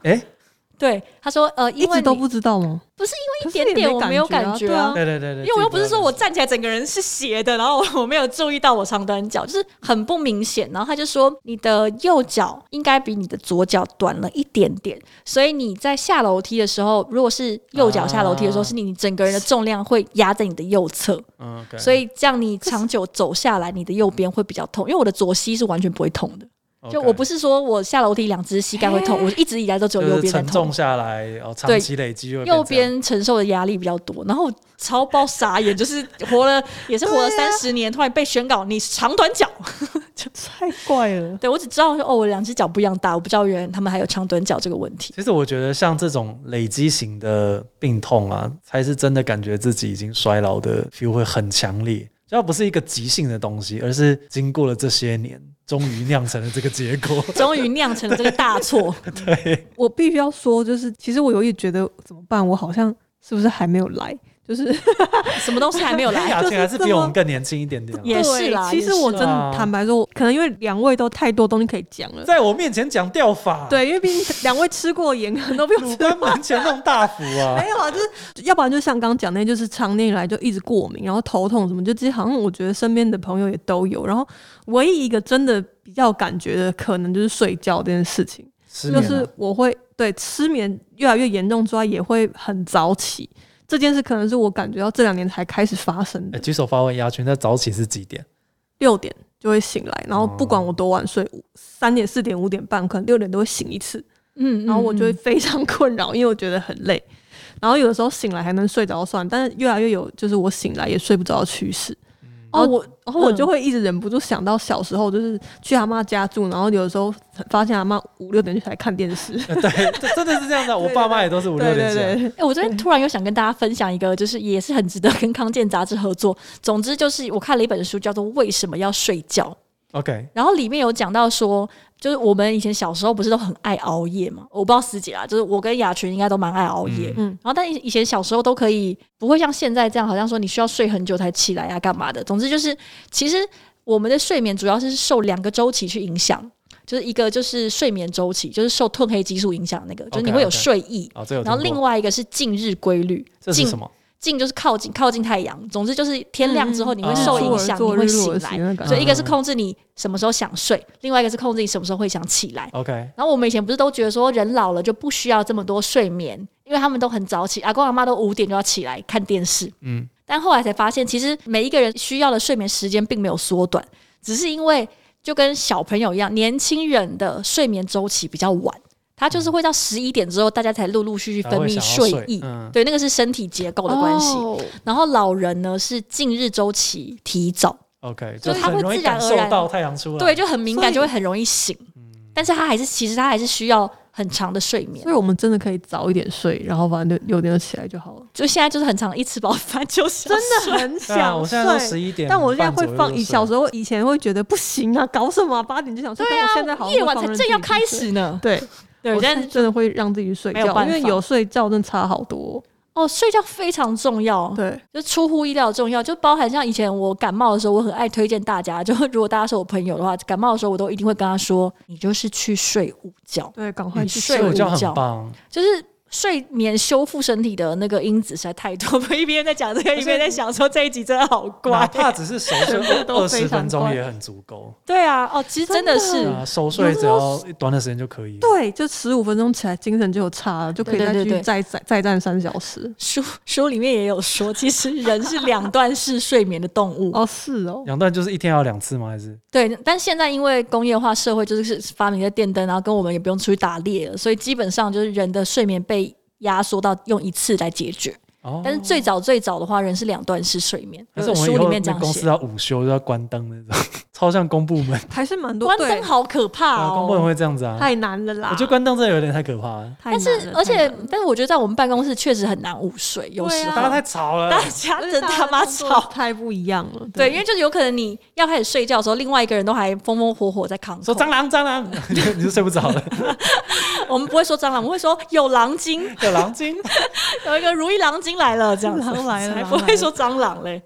C: 哎，
A: 对，他说呃，因
B: 一
A: 为
B: 直都
A: 你
B: 不知道吗？
A: 不是
B: 因
A: 一点点我没有感觉啊
B: 啊，对啊
C: 对对对对，
A: 因为我又
C: 自己
A: 不是
C: 知
A: 说
C: 道
A: 我站起来整个人是斜的，然后我我没有注意到我长短脚，就是很不明显。然后他就说你的右脚应该比你的左脚短了一点点，所以你在下楼梯的时候，如果是右脚下楼梯的时候，
C: 啊
A: 是你整个人的重量会压在你的右侧，
C: 嗯，OK，
A: 所以这样你长久走下来，你的右边会比较痛。因为我的左膝是完全不会痛的，就
C: 嗯 OK
A: 我不是说我下楼梯两只膝盖会痛，我一直以来都只有右
C: 就是
A: 边在
C: 沉
A: 痛
C: 重。下来，哦，长
A: 对
C: 期累积就会变
A: 右
C: 这样
A: 边承受的压力比较多，然后我超爆傻眼，就是活了 也是活
C: 啊
A: 了三十年，突然被宣告你长短脚。
B: 太怪了。
A: 对我只知道说哦，我两只脚不一样大，我不知道原来他们还有长短脚这个问题。
C: 其实我觉得像这种累积型的病痛啊，才是真的感觉自己已经衰老的 feel 会很强烈。只要不是一个急性的东西，而是经过了这些年，终于酿成了这个结果。
A: 终于酿成了这个大 错，
C: 对，
B: 我必须要说，就是其实我有一觉得怎么办？我好像是不是还没有来？就是
A: 什么东西还没有
C: 哎
A: 来？嗯
C: 雅琴还是比
B: 这么
C: 我们更年轻一点点啊、
A: 也是啦
B: 对其
A: 也
B: 实
A: 是
B: 我真
C: 啦
B: 的坦白说，我可能因为两位都太多东西可以讲了。
C: 在我面前讲掉法，，
B: 对，因为毕竟两位吃过盐，可能 都不用
C: 鲁
B: 吃
C: 班门前弄大斧 啊
B: 没，有啊，就是要不然就像刚刚讲那，就是常年以来就一直过敏，然后头痛什么，就其实好像我觉得身边的朋友也都有，然后唯一一个真的比较感觉的，可能就是睡觉这件事情，
C: 失
B: 就
C: 眠啊
B: 是我会对失眠越来越严重之外，也会很早起。这件事可能是我感觉到这两年才开始发生
C: 哎
B: 的，
C: 举手发问，雅群，那早起是几点？
B: 六点就会醒来，然后不管
C: 哦
B: 我多晚睡，三点、四点、五点半，可能六点都会醒一次。
A: 嗯
B: 然后我就会
A: 嗯
B: 非常 困扰，因为我觉得很累。然后有的时候醒来还能睡着算，但是越来越有就是我醒来也睡不着的趋势。
C: 嗯
B: 然
A: 哦，
B: 后
A: 我
B: 然后我就
A: 嗯
B: 会一直忍不住想到小时候，就是去阿妈家住，然后有的时候发现阿妈五六点就才看电视。
C: 呃对， 这真的是这样的啊。我爸妈也都是五六
B: 对
C: 点
B: 对
C: 起来。
B: 对，
A: 哎、我这边突然又想跟大家分享一个，就是也是很值得跟康健杂志合作。总之就是我看了一本书，叫做《为什么要睡觉》。
C: OK，
A: 然后里面有讲到说，就是我们以前小时候不是都很爱熬夜嘛？我不知道师姐啊，就是我跟雅群应该都蛮爱熬夜。
C: 嗯
A: 嗯，然后但以前小时候都可以，不会像现在这样，好像说你需要睡很久才起来啊，干嘛的？总之就是，其实我们的睡眠主要是受两个周期去影响，就是一个就是睡眠周期，就是受褪黑激素影响的那个，就是你会有
C: OK，OK
A: 睡意。
C: 啊，这有听过。
A: 然后另外一个是近日规律，
C: 这是
A: 近
C: 什么？
A: 近就是靠近靠近太阳，总之就是 天亮之后你会
C: 嗯
A: 受
C: 日出
A: 影
B: 而
A: 响，
B: 作
A: 你会
B: 日
A: 醒
B: 落而
A: 来
B: 息。那感
A: 所以一个是
C: 嗯
A: 控制你什么时候想睡，另外一个是控制你什么时候会想起来。
C: OK，
A: 然后我们以前不是都觉得说人老了就不需要这么多睡眠，因为他们都很早起，阿公阿妈都五点就要起来看电视。
C: 嗯，
A: 但后来才发现，其实每一个人需要的睡眠时间并没有缩短，只是因为就跟小朋友一样，年轻人的睡眠周期比较晚，他就是会到十一点之后，大家才陆陆续续
C: 才
A: 分
C: 会
A: 泌
C: 想要
A: 意。
C: 嗯，
A: 对，那个是身体结构的关系。
B: 哦
A: 然后老人呢是近日周期提早，
C: OK，
A: 所
C: 就
A: 以它
C: 很
A: 会
C: 容易
A: 自然
C: 感
A: 而
C: 受
A: 然
C: 到太阳出来。
A: 对，就很敏感，
B: 所以
A: 就会很容易醒。
C: 嗯
A: 但是他还是，其实他还是需要很长的睡眠
B: 所。以我们真的可以早一点睡，然后反正六六点就起来就好了。
A: 就现在就是很长，一吃饱饭就想睡
B: 真的很
C: 对啊，
B: 想
C: 我现在都
B: 睡，
C: 十一点半
B: 但
C: 左
B: 我
C: 右就睡了，啊
B: 现在会放。小时候以前会觉得不行啊，搞什么啊八、点就想睡，
A: 对
B: 但
A: 啊，
B: 我现在好像
A: 夜
B: 会
A: 晚
B: 放
A: 才
B: 任
A: 正
B: 自
A: 要
B: 己去
A: 开
B: 睡
A: 始呢。啊
B: 对，
A: 对，
B: 我
A: 我
B: 现
A: 现
B: 在
A: 在
B: 真的会让自己睡
A: 没有
B: 觉，
A: 办
B: 因
A: 法
B: 为有睡觉，真的差好多。
A: 哦，睡觉非常重要，
B: 对，
A: 就出乎意料重要，就包含像以前我感冒的时候，我很爱推荐大家， 就如果大家是我朋友的话，感冒的时候我都一定会跟他说，你就是去睡午觉，
B: 对，赶快
C: 你
B: 去
A: 睡
C: 睡午
A: 午
C: 觉
A: 觉
C: 很棒，
A: 就是。睡眠修复身体的那个因子实在太多，我一边在讲这个，
C: 是
A: 一边在想说这一集真的好
C: 哪
A: 怪。
C: 怕只是熟睡
B: 都
C: 二
B: 非
C: 十
B: 常
C: 分钟
B: 乖
C: 也很足够。
A: 对啊，哦，其实真的
B: 真
A: 是
C: 对
B: 的
C: 啊，熟睡
B: 有
C: 只
B: 时
C: 要
B: 候
C: 短的时间就可以了。
B: 对，就十五分钟起来，精神就有差了，就可以
A: 对
B: 再
A: 对
B: 去
A: 对对
B: 再再再战三小时。
A: 书书里面也有说，其实人是两段式睡眠的动物。
B: 哦，是哦，
C: 两段就是一天要两次吗？还是
A: 对，但现在因为工业化社会，就是发明了电灯，然后跟我们也不用出去打猎了，所以基本上就是人的睡眠被压缩到用一次来解决。
C: 哦？
A: 但是最早最早的话，人是两段式睡眠，
C: 还是我们
A: 书
C: 以
A: 里
C: 后
A: 面这
C: 那
A: 样
C: 公司
A: 写。
C: 要午休就要关灯那种， 超像公部门，
B: 还是蛮多
A: 关
B: 对
A: 灯好可怕
C: 啊，公部门
A: 哦！
C: 会这样子啊。
B: 太难了啦。
C: 我觉得关灯真的有点太可怕了，啊
B: 但
A: 但是而且，但是我觉得在我们办公室确实很难午睡，有时
B: 对
A: 候
C: 大家太吵了
A: 大。家真的他妈吵。
B: 太不一样了。
A: 对，因为就是有可能你要开始睡觉的时候，另外一个人都还风风火火在扛
C: 说
A: 空。
C: 蟑螂，蟑螂， 你就你就睡 不着了。
A: 我们不会说蟑螂，我们会说有狼精，
C: 有狼精，
A: 有一个如意郎君来了，这样子
B: 狼 来了
A: 才不会说蟑螂 嘞，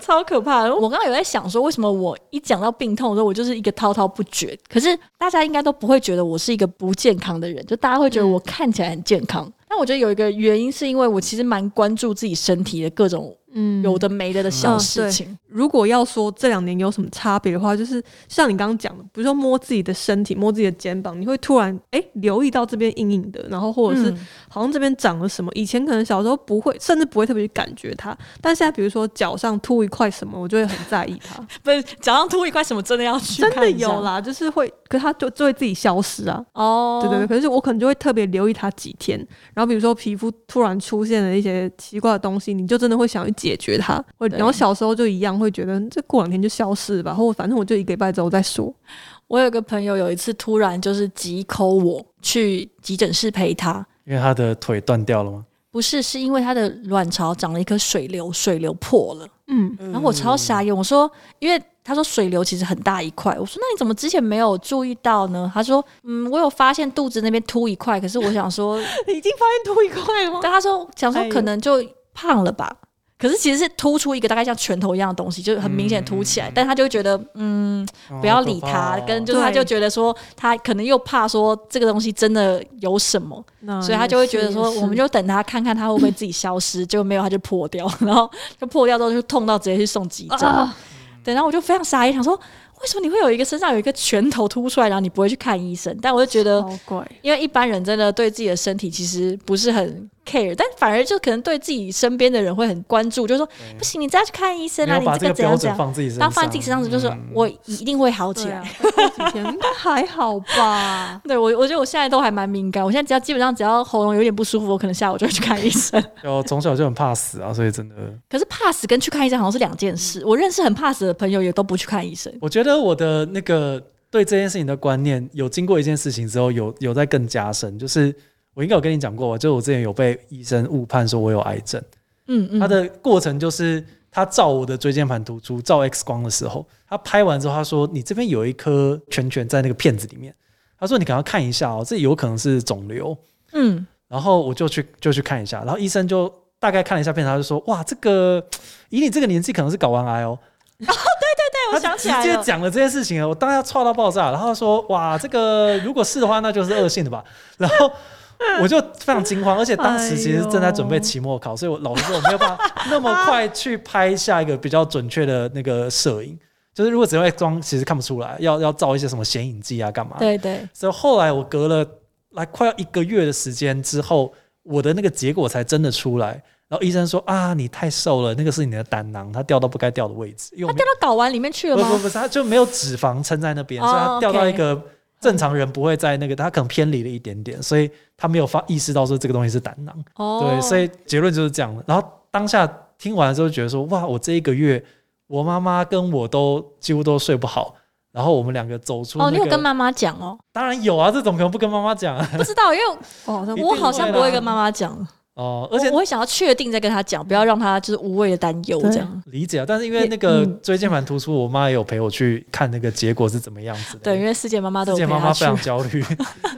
A: 超可怕的。我刚刚有在想说，为什么我一讲到病痛的时候，我就是一个滔滔不绝？可是大家应该都不会觉得我是一个不健康的人，就大家会觉得我
B: 嗯
A: 看起来很健康。但我觉得有一个原因，是因为我其实蛮关注自己身体的各种
B: 嗯
A: 有的没的的小
B: 嗯
A: 事情。
B: 如果要说这两年有什么差别的话，就是像你刚刚讲的，比如说摸自己的身体、摸自己的肩膀，你会突然哎、诶留意到这边硬硬的，然后或者是
A: 嗯
B: 好像这边长了什么。以前可能小时候不会，甚至不会特别去感觉它，但现在比如说脚上凸一块什么，我就会很在意它。
A: 不是脚上凸一块什么，真的要 去
B: 真
A: 看
B: 的
A: 一下
B: 有啦，就是会，可是它就就会自己消失啊。
A: 哦，
B: 对对对，可是我可能就会特别留意它几天，然后比如说皮肤突然出现了一些奇怪的东西，你就真的会想去解决它。会，
A: 对
B: 然后小时候就一样会觉得这过两天就消失了吧，或反正我就一个礼拜之后再说。
A: 我有个朋友有一次突然就是急抠我去急诊室陪他，
C: 因为他的腿断掉了吗？
A: 不是，是因为她的卵巢长了一颗水瘤，水瘤破了。
B: 嗯，
A: 然后我超傻眼，我说，因为他说水瘤其实很大一块，我说那你怎么之前没有注意到呢？他说，嗯，我有发现肚子那边凸一块，可是我想 说，
B: 已经发现凸一块了吗？
A: 但他说想说
B: 哎呦
A: 可能就胖了吧。可是其实是突出一个大概像拳头一样的东西，就是很明显凸起来，但他就会觉得嗯
C: 哦
A: 不要理
C: 好可怕
A: 他，
C: 哦
A: 跟就是他
B: 对
A: 就觉得说他可能又怕说这个东西真的有什么，
B: 嗯
A: 所以他就会觉得说，我们就等他看看他会不会自己消失，结果没有，他就破掉，然后就破掉之后就痛到直接去送急诊。
B: 啊，
A: 对，然后我就非常傻眼，想说为什么你会有一个身上有一个拳头凸出来，然后你不会去看医生？但我就觉得，
B: 好怪。
A: 因为一般人真的对自己的身体其实不是很 care，但反而就可能对自己身边的人会很关注，就说不行，你再去看医生啊，
C: 没有
A: 你
C: 嗯把
A: 这
C: 个
A: 个怎
C: 标
A: 样怎
C: 准
A: 样。
C: 放自己身上，嗯
A: 当放自己身上就是、我一定会好起
B: 对
A: 来
B: 啊，。过几天应该还好
A: ？
B: 吧
A: 对我，我觉得我现在都还蛮敏感。我现在只要基本上只要喉咙有点不舒服，我可能下午就会去看医生。
C: 我从小就很怕死啊，所以真的，
A: 可是怕死跟去看医生好像是两件事。我认识很怕死的朋友也都不去看医生。
C: 我觉得我的那个对这件事情的观念，有经过一件事情之后，有有在更加深。就是我应该有跟你讲过吧，就是我之前有被医生误判说我有癌症，
A: 嗯嗯，
C: 他的过程就是他照我的椎间盘突出，照 X 光的时候，他拍完之后他说你这边有一颗圈圈在那个片子里面，他说你赶快看一下哦，这有可能是肿瘤。
A: 嗯，
C: 然后我就去就去看一下，然后医生就大概看了一下片，他就说：“哇，这个以你这个年纪可能是睾丸癌哦。”
A: 我
C: 哦，对对对
A: 想起来了
C: 直接讲了这件事情了，我当下臭到爆炸。然后说：“哇，这个如果是的话，那就是恶性的吧。”然后我就非常惊慌，而且当时其实正在
A: 哎
C: 准备期末考，所以我老实说我没有办法那么快去拍下一个比较准确的那个摄影。就是如果只用 X 光，其实看不出来，要要照一些什么显影剂啊，干嘛的？
A: 对对，
C: 所以后来我隔了来快要一个月的时间之后，我的那个结果才真的出来。然后医生说啊，你太瘦了，那个是你的胆囊，它掉到不该掉的位置，因为我
A: 他
C: 没
A: 掉到睾丸里面去了
C: 不不
A: 吗？
C: 不是，它就没有脂肪撑在那边，
A: 哦
C: 所以它掉到
A: OK
C: 一个正常人不会在那个，它可能偏离了一点点，所以他没有发意识到说这个东西是胆囊。
A: 哦
C: 对，所以结论就是这样的。然后当下听完之后，觉得说哇，我这一个月，我妈妈跟我都几乎都睡不好，然后我们两个走出、那
A: 哦，
C: 个、
A: 你有跟妈妈讲 哦？
C: 当然有啊，这种可能不跟妈妈讲啊
A: 不知道，因为
B: 哦，好像
C: 一定
A: 我好像不会
C: 会啦
A: 跟妈妈讲，
C: 哦。而
A: 而
C: 且
A: 我会想要确定再跟她讲，不要让她就是无谓的担忧
B: 对
A: 这样。
C: 理解啊，但是因为
B: 也
C: 那个
B: 嗯
C: 椎间盘突出，我妈也有陪我去看那个结果是怎么样子的。
A: 对，因为世界妈妈都
C: 之
A: 有陪
C: 前
A: 她
C: 妈妈
A: 去
C: 非。常焦 虑，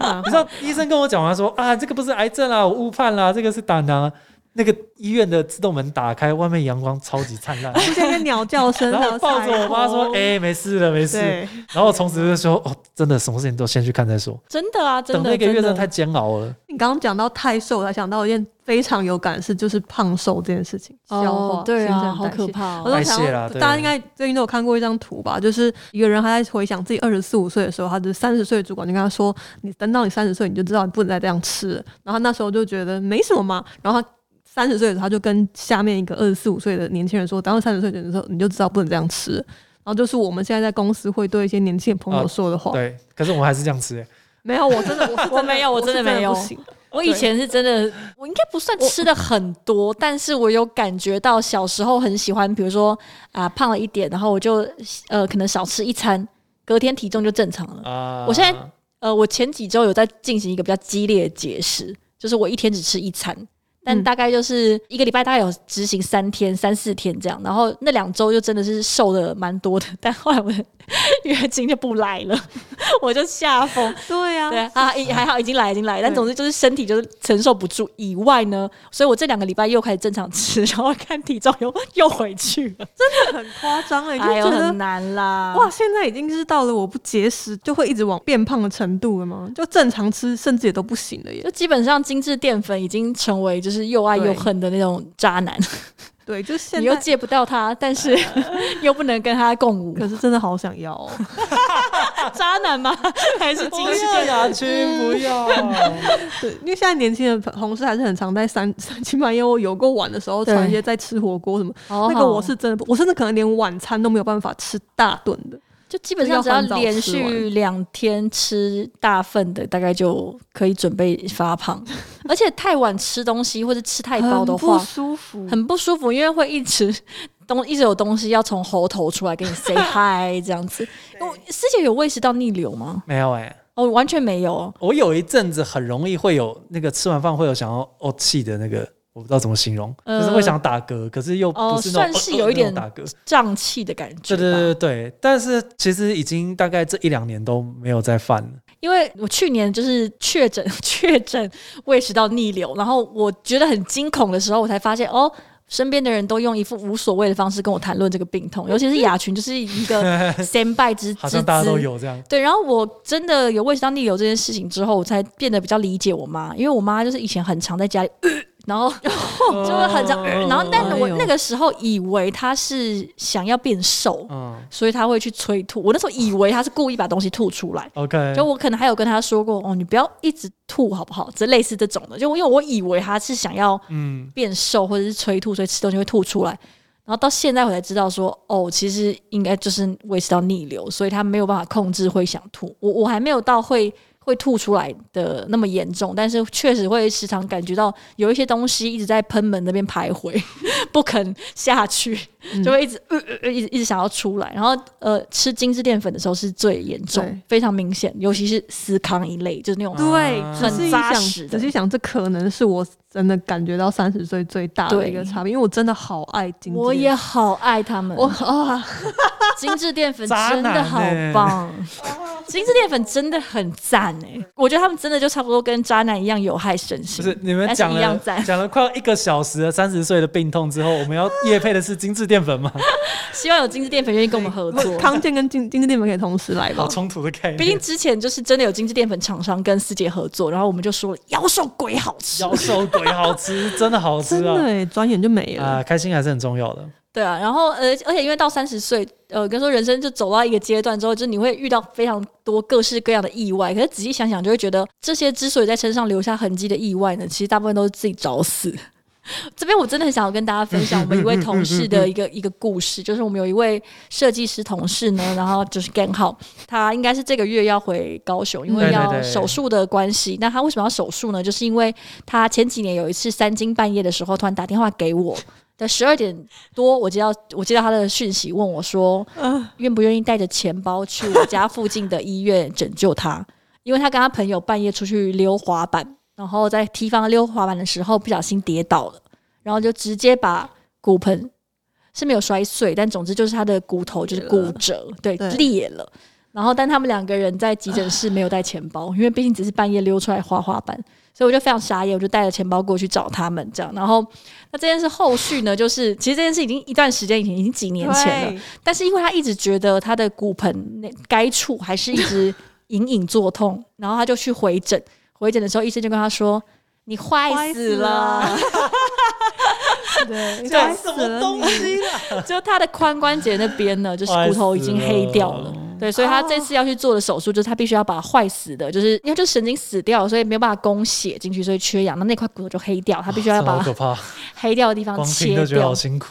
B: 啊
C: 你知道医生跟我讲完说啊，这个不是癌症啦，我误判啦，这个是胆囊啊。那个医院的自动门打开，外面阳光超级灿 烂。
B: 出现一个鸟叫声，啊
C: 然后我抱着我妈
A: 哦
C: 说：“哎、没事了，没事。”
B: 对，
C: 然后我从此就说：“哦，真的，什么事情都先去看再说。
A: 真的啊，”真
C: 等
A: 的，
C: 那个月真
A: 真
C: 的太煎熬了。
B: 你刚刚讲到太瘦，我才想到一件非常有感的事，就是胖瘦这件事情，消
A: 哦
B: 化，
A: 对
B: 新
A: 啊，
B: 陈
A: 好
B: 代谢
A: 可怕、
B: 我
A: 哦。
B: 都
C: 代
B: 想
C: 谢
B: 要
C: 啦对啊
B: 大家应该最近都有看过一张图吧，就是一个人他在回想自己二十四五岁的时候，他的三十岁的主管就跟他说：“你等到你三十岁，你就知道你不能再这样吃了。”然后他那时候就觉得没什么嘛，然后他。三十岁的时候，他就跟下面一个二十四五岁的年轻人说：“等到三十岁的时候，你就知道不能这样吃。”然后就是我们现在在公司会对一些年轻的朋友
C: 啊
B: 说的话。
C: 对，可是我们还是这样吃、
B: 没有，我真的，我是真 的
A: 我没有我
B: 是
A: 真的没有
B: 不行
A: 我以前是真的，我应该不算吃的很多，但是我有感觉到小时候很喜欢，比如说啊、胖了一点，然后我就呃可能少吃一餐，隔天体重就正常了。
C: 啊。
A: 我现在呃，我前几周有在进行一个比较激烈的节食，就是我一天只吃一餐，但
B: 嗯
A: 大概就是一个礼拜大概有执行三天、三四天这样，然后那两周就真的是瘦的蛮多的，但后来我的 月经就不来了，我就吓疯。
B: 对啊，
A: 对啊，已还好已经来已经来，但
B: 对
A: 总之就是身体就是承受不住以外呢，所以我这两个礼拜又开始正常吃， 然后看体重又又回去了，
B: 很夸张哎，就
A: 哎呦
B: 觉得
A: 很难啦。
B: 哇，现在已经是到了我不节食就会一直往变胖的程度了吗？就正常吃甚至也都不行了耶
A: 就。基本上精致淀粉已经成为就是又爱又恨的那种渣男，
B: 对，就现
A: 你又
B: 在。
A: 戒不掉他，但 是又不能跟他共舞，
B: 可是真的好想要 哦，
A: 渣男吗？ 还是精致淀粉？
C: 牙菌，不 要。
B: 对，因为现在年轻的同事还是很常在三 三更半夜我有过晚的时候
A: 对哦
B: 传一些在吃火锅什么，
A: 好
B: 那个我是真的不，我甚至可能连晚餐都没有办法吃大顿的。
A: 就基本上只要连续两天吃大份的，大概就可以准备发 胖，而且太晚吃东西或者吃太饱的
B: 很不
A: 话，
B: 舒服，
A: 很不舒服，因为会一直东一直有东西要从喉头出来跟你 say hi 这样 子。我师姐有胃食道逆流吗？
C: 没有哎、
A: 哦，完全没有。
C: 我有一阵子很容易会有那个吃完饭会有想要哦气的那个，我不知道怎么形容，
A: 呃
C: 就是会想打嗝，可是又不是那种、
A: 哦算是有一点
C: 那种打嗝。
A: 胀气的感觉
C: 对
A: 吧。
C: 对对对，但是其实已经大概这一两年都没有再犯了。
A: 因为我去年就是确诊 确诊胃食道逆流，然后我觉得很惊恐的时候，我才发现哦。身边的人都用一副无所谓的方式跟我谈论这个病 痛，尤其是雅群，就是一个先拜之
C: 好
A: 之
C: 像大家都
A: 姿。
C: 有这样，
A: 对，然后我真的有胃食道逆流这件事情之后，我才变得比较理解我妈，因为我妈就是以前很常在家里， 呃然后就会很常，呃然后但是我
B: 哎呦
A: 那个时候以为她是想要变瘦，
C: 嗯
A: 所以她会去催吐。我那时候以为她是故意把东西吐出来，
C: ，OK，
A: 就我可能还有跟他说过，哦，你不要一直吐好不好？这类似这种的，就因为我以为他是想要
C: 嗯，
A: 变瘦或者是催吐，所以吃东西会吐出来。然后到现在我才知道说，哦，其实应该就是胃食道逆流，所以他没有办法控制会想吐。我我还没有到会会吐出来的那么严重，但是确实会时常感觉到有一些东西一直在喷门那边徘徊， 不肯下去，
B: 嗯
A: 就会一直、呃呃呃一直一直想要出来。然后呃，吃精致淀粉的时候是最严重
B: 对，
A: 非常明显，尤其是司康一类，就是那种
B: 对，
C: 啊
B: 仔细
A: 很
B: 一
A: 扎
B: 想，
A: 实的
B: 仔细想，这可能是我真的感觉到三十岁最大的
A: 对
B: 一个差别，因为我真的好爱精致。
A: 我也好爱他们，
B: 我啊，
A: 精致淀粉
C: 渣
A: 真
C: 男
A: 的好
C: 欸
A: 棒，精致淀粉真的很赞哎、我觉得他们真的就差不多跟渣男一样有害身
C: 不
A: 心。
C: 是你们
A: 嗯但是
C: 讲
A: 一样
C: 了
A: 赞
C: 讲了快要一个小时了，三十岁的病痛之后，我们要夜配的是精致淀粉 吗？
A: 希望有精致淀粉愿意跟我们合作。
B: 康健跟精精致淀粉可以同时来吧
C: 好？冲突的概念，
A: 毕竟之前就是真的有精致淀粉厂商跟师姐合作，然后我们就说了妖兽鬼好吃，
C: 妖兽鬼好吃，真的好
B: 真
C: 吃
B: 的
C: 啊！
B: 哎，转眼就没
C: 啊、
B: 了。
C: 开心还是很重要的。
A: 对啊。然后呃，而且因为到三十岁，呃，跟你说人生就走到一个阶段之后，就是你会遇到非常多各式各样的意外。可是仔细想想，就会觉得这些之所以在身上留下痕迹的意外呢，其实大部分都是自己找死。 这边我真的很想要跟大家分享我们一位同事 的一个一个故事，就是我们有一位设计师同事呢，然后就是 g a n 号，他应该是这个月要回高雄，因为
C: 对对
A: 要
C: 对
A: 手术的关系。那他为什么要手术呢？就是因为他前几年有一次三更半夜的时候，突然打电话给我。在十二点多，我接到我接到他的讯息，问我说：“愿不愿意带着钱包去我家附近的医院拯救他？因为他跟他朋友半夜出去溜滑板，然后在提防溜滑板的时候不小心跌倒了，然后就直接把骨盆是没有摔碎，但总之就是他的骨头就是骨折，对，
B: 对
A: 裂了。然后但他们两个人在急诊室没有带钱包，因为毕竟只是半夜溜出来滑滑板，所以我就非常傻眼，我就带着钱包过去找他们这样。然后那这件事后续呢，就是其实这件事已经一段时间以前，已经几年前了，
B: 对，
A: 但是因为他一直觉得他的骨盆那该处还是一 直隐隐作痛，然后他就去回诊，回诊的时候医生就跟他说。你坏死了，
B: 对，
C: 讲
B: 摔死
C: 什
B: 了
C: 么东
B: 你？
C: 西啦？
A: 就他的髋关节那边呢，就是骨头已经黑掉了。对，所以他这次要去做的手术，就是他必须要把坏死的，就是因为就神经死掉了，所以没有办法供血进去，所以缺氧，那那块骨头就黑掉，他必须要
C: 真的
A: 把
C: 好可 怕，
A: 黑掉的地方
C: 光听
A: 切
C: 就觉得
A: 掉
C: 好。辛苦。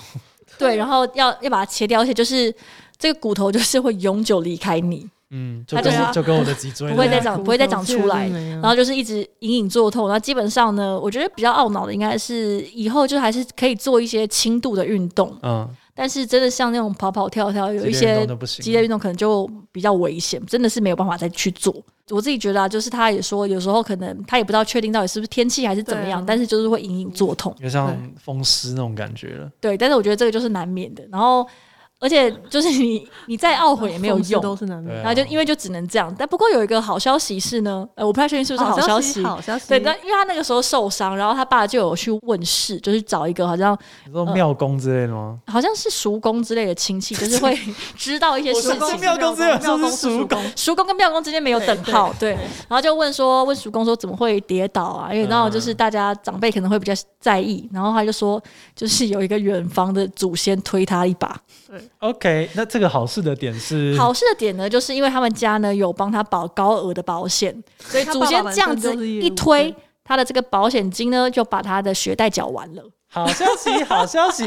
A: 对，然后要要把它切掉，而且就是这个骨头就是会永久离开你，
C: 嗯，就
A: 他就
C: 跟
A: 是
C: 我
A: 要
C: 就跟我的脊椎
A: 不会再
C: 一样
A: 长，不会再长出来。然后就是一直隐隐作痛，然后基本上呢，我觉得比较懊恼的应该是以后就还是可以做一些轻度的运动，
C: 嗯，
A: 但是真的像那种跑跑跳跳，有一
C: 激烈
A: 些
C: 运动都不行，啊
A: 激烈运动可能就比较危险，真的是没有办法再去做。我自己觉得啊，就是他也说，有时候可能他也不知道确定到底是不是天气还是怎么样，
B: 对啊
A: 但是就是会隐隐作痛。
C: 就像风湿那种感觉了。
A: 对，但是我觉得这个就是难免的。然后，而且就是你你再懊
B: 哦
A: 悔也没有
B: 同时
A: 用
B: 都，是难
C: 对
B: 免。
A: 然后就因为就只能这样。但不过有一个好消息是呢，呃，我不太确定是不是好消息。
B: 哦好嗯消息，
A: 对，但因为他那个时候受伤，然后他爸就有去问世，就是找一个好像
C: 你说庙公之类的吗？
A: 好像是叔公之类的亲戚，就是会 知道一些
C: 我
A: 事
C: 说
A: 情。
C: 庙公之类的
B: 庙
C: 说
B: 公
C: 是
B: 是
C: 属
B: 属
C: 狗
B: 狗，
A: 叔公跟庙公之间没有等号，对，然后就问说，问叔公说怎么会跌倒啊？因为你知道，就是大家长辈可能会比较在意，然后他就说，就是有一个远方的祖先推他一把。
C: OK，那这个好事的点是，
A: 好事的点呢，就是因为他们家呢有帮他保高额的保险，所以
B: 他
A: 祖
B: 爸爸
A: 先
B: 本
A: 这样
B: 身就
A: 子
B: 是业
A: 一
B: 务
A: 推
B: 对，
A: 他的这个保险金呢就把他的学贷缴完了。
C: 好消息，好 消息。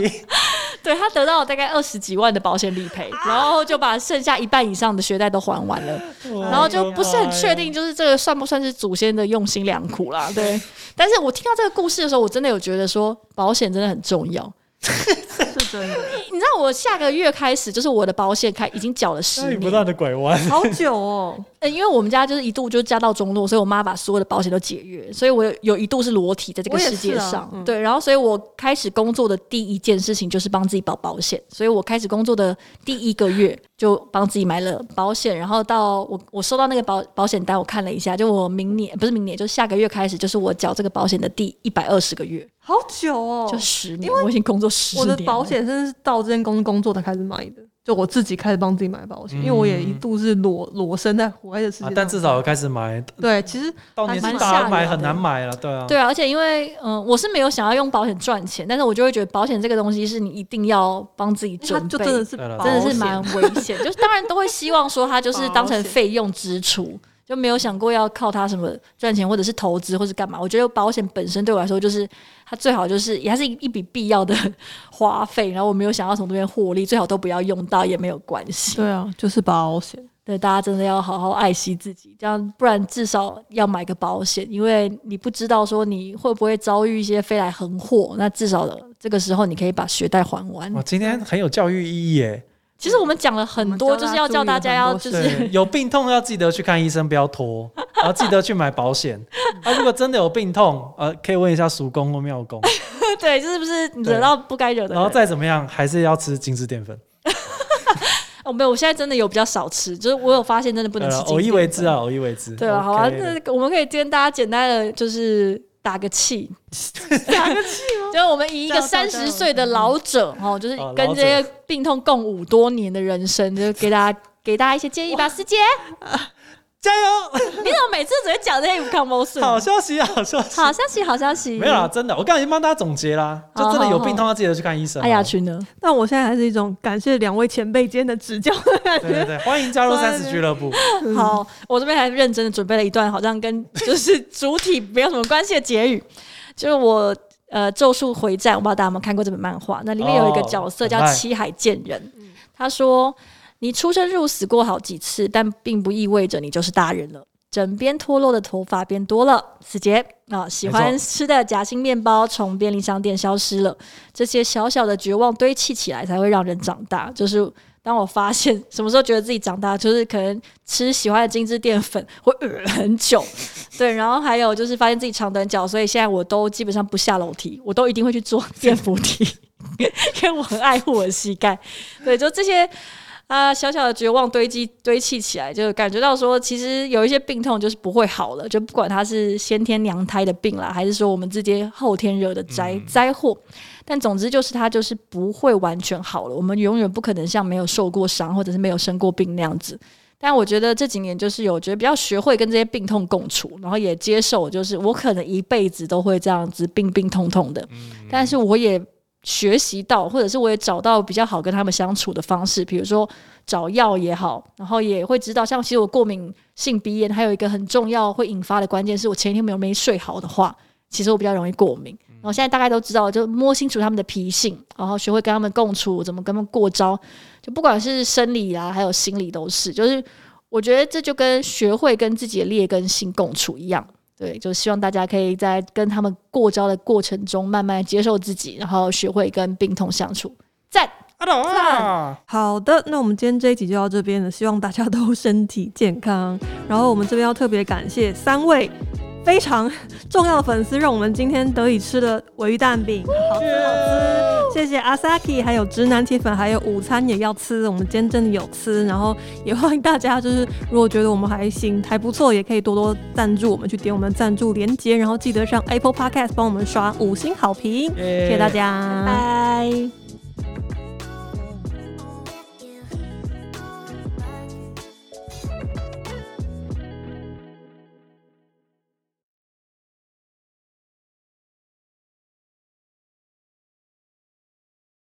A: 对他得到了大概二十几万的保险理赔，然后就把剩下一半以上的学贷都还完了。然后就不是很
C: 欸
A: 确定，就是这个算不算是祖先的用心良苦 啦？对。但是我听到这个故事的时候，我真的有觉得说保险真的很重要。
B: 是真的，
A: 你知道我下个月开始，就是我的保险开已经缴了
C: 那
A: 十
C: 你不
A: 年，
C: 断的拐弯，
B: 好久哦，
A: 呃因为我们家就是一度就家道中落，所以我妈把所有的保险都解约，所以我有有一度是裸体在这个
B: 我也
A: 世界
B: 是啊
A: 上。
B: 嗯
A: 对，然后所以我开始工作的第一件事情就是帮自己保保险，所以我开始工作的第一个月就帮自己买了保险，然后到我我收到那个保保险单，我看了一下，就我明年不是明年，就是下个月开始就是我缴这个保险的第一百二十个月，
B: 好久哦，
A: 就十年，我已经工作十
B: 我
A: 年了，
B: 的保险真的是到这间公司工作才开始买的，就我自己开始帮自己买保险，
C: 嗯
B: 因为我也一度是裸裸身在国外的世界上、
C: 啊但至少有开始买，
B: 对，其实
C: 到年
A: 还
C: 纪
A: 蛮
C: 大
A: 吓
C: 了买
A: 人
C: 很
A: 的
C: 难买了，对啊，
A: 对啊，而且因为嗯、呃我是没有想要用保险赚钱，但是我就会觉得保险这个东西是你一定要帮自己
B: 它
A: 准备，
B: 就真的是
C: 对了
B: 保
A: 真的
B: 险
A: 是蛮危险。就是当然都会希望说它就是当成
B: 保险
A: 费用支出，就没有想过要靠它什么赚钱或者是投资或是干嘛。我觉得保险本身对我来说就是它最好就是也还是一一笔必要的 花费，然后我没有想要从这边获利，最好都不要用到也没有关系。
B: 对啊，就是保险，
A: 对，大家真的要好好爱惜自己，这样不然至少要买个保险，因为你不知道说你会不会遭遇一些飞来横祸，那至少这个时候你可以把学贷还完。
C: 哇，今天很有教育意义耶！
A: 其实我们讲了很多，就是要叫大家要就
B: 我们
A: 是。
C: 对，有病痛要记得去看医生，不要 拖，然后记得去买保险。啊，如果真的有病痛，呃，可以问一下叔公或庙公，
A: 对，就是不是
C: 对
A: 惹到不该惹的人？
C: 然后再怎么样，还是要吃精致淀粉。
A: 哦，没有，我现在真的有比较少吃，就是我有发现真的不能
C: 对
A: 吃
C: 啊
A: 精致淀粉、
C: 偶一为之啊，偶一为之。
A: 对啊，好啊，
C: OK
A: 那我们可以跟大家简单的就是打个 气，打个气吗？ 就是我们以一个
B: 加
A: 三
B: 油加油
A: 十岁的老者哦，就是
C: 嗯哦
A: 跟
C: 老
A: 这
C: 者
A: 些病痛共舞多年的人生，就给大 家。给大家一些建议吧，师姐。
C: 加油！
A: 你怎么每次只会讲这些无康谋事？
C: 好消息，好消息。
A: 好消息，好消息。
C: 没有啦，真的，我刚才已经帮大家总结啦，就
A: 好
C: 真的有
A: 好
C: 病痛要记得去看医生啊。
A: 阿雅哎群呢？
B: 但我现在还是一种感谢两位前辈间的指教 的感
C: 对对
B: 觉。
C: 对，欢迎加入
B: 对
C: 三
B: 对
C: 十俱乐部。
A: 好，我这边还认真的准备了一段，好像跟就是主体没有什么关系的结语，就是我呃《咒术回战》，我不知道大家有没有看过这本漫画，那里面有一个
C: 哦
A: 角色
C: 很
A: 叫
C: 爱
A: 七海健人，他说：“你出生入死过好几次，但并不意味着你就是大人了。”枕边脱落的头发变多了，死结啊！喜欢
C: 没
A: 吃的夹心面包从便利商店消失了，这些小小的绝望堆砌起来，才会让人长大。就是当我发现什么时候觉得自己长大，就是可能吃喜欢的精致淀粉会呃很久，对，然后还有就是发现自己长短脚，所以现在我都基本上不下楼梯，我都一定 会去坐电扶梯，因为我很爱护我的膝盖。对，就这些。啊，小小的绝望堆积堆砌起来，就感觉到说，其实有一些病痛就是不会好了，就不管它是先天娘胎的病啦，还是说我们直接后天惹的灾、
C: 嗯
A: 灾祸，但总之就是它就是不会完全好了，我们永远不可能像没有受过伤或者是没有生过病那样子。但我觉得这几年就是有觉得比较学会跟这些病痛共处，然后也接受，就是我可能一辈子都会这样子病病痛痛的，但是我也学习到，或者是我也找到比较好跟他们相处的方式，比如说找药也好，然后也会知道，像其实我过敏性鼻炎还有一个很重要会引发的关键是我前一天没有没睡好的话，其实我比较容易过敏。然后现在大概都知道，就摸清楚他们的脾性，然后学会跟他们共处，怎么跟他们过招，就不管是生理啊，还有心理都是，就是我觉得这就跟学会跟自己的劣根性共处一样。对，就希望大家可以在跟他们过招的过程中，慢慢接受自己，然后学会跟病痛相处。赞，
C: 阿斗啊，
B: 好的，那我们今天这一集就到这边了，希望大家都身体健康。然后我们这边要特别感谢三位非常重要的粉丝，让我们今天得以吃了鲔鱼蛋饼， 好吃好吃。谢谢阿 Saki，还有直男铁粉，还有午餐也要吃，我们今天真的有吃。然后也欢迎大家，就是如果觉得我们还行还不错，也可以多多赞助我们，去点我们的赞助连接，然后记得上 Apple Podcast 帮我们刷五星好评，
C: 谢
B: 谢谢大家，
A: 拜。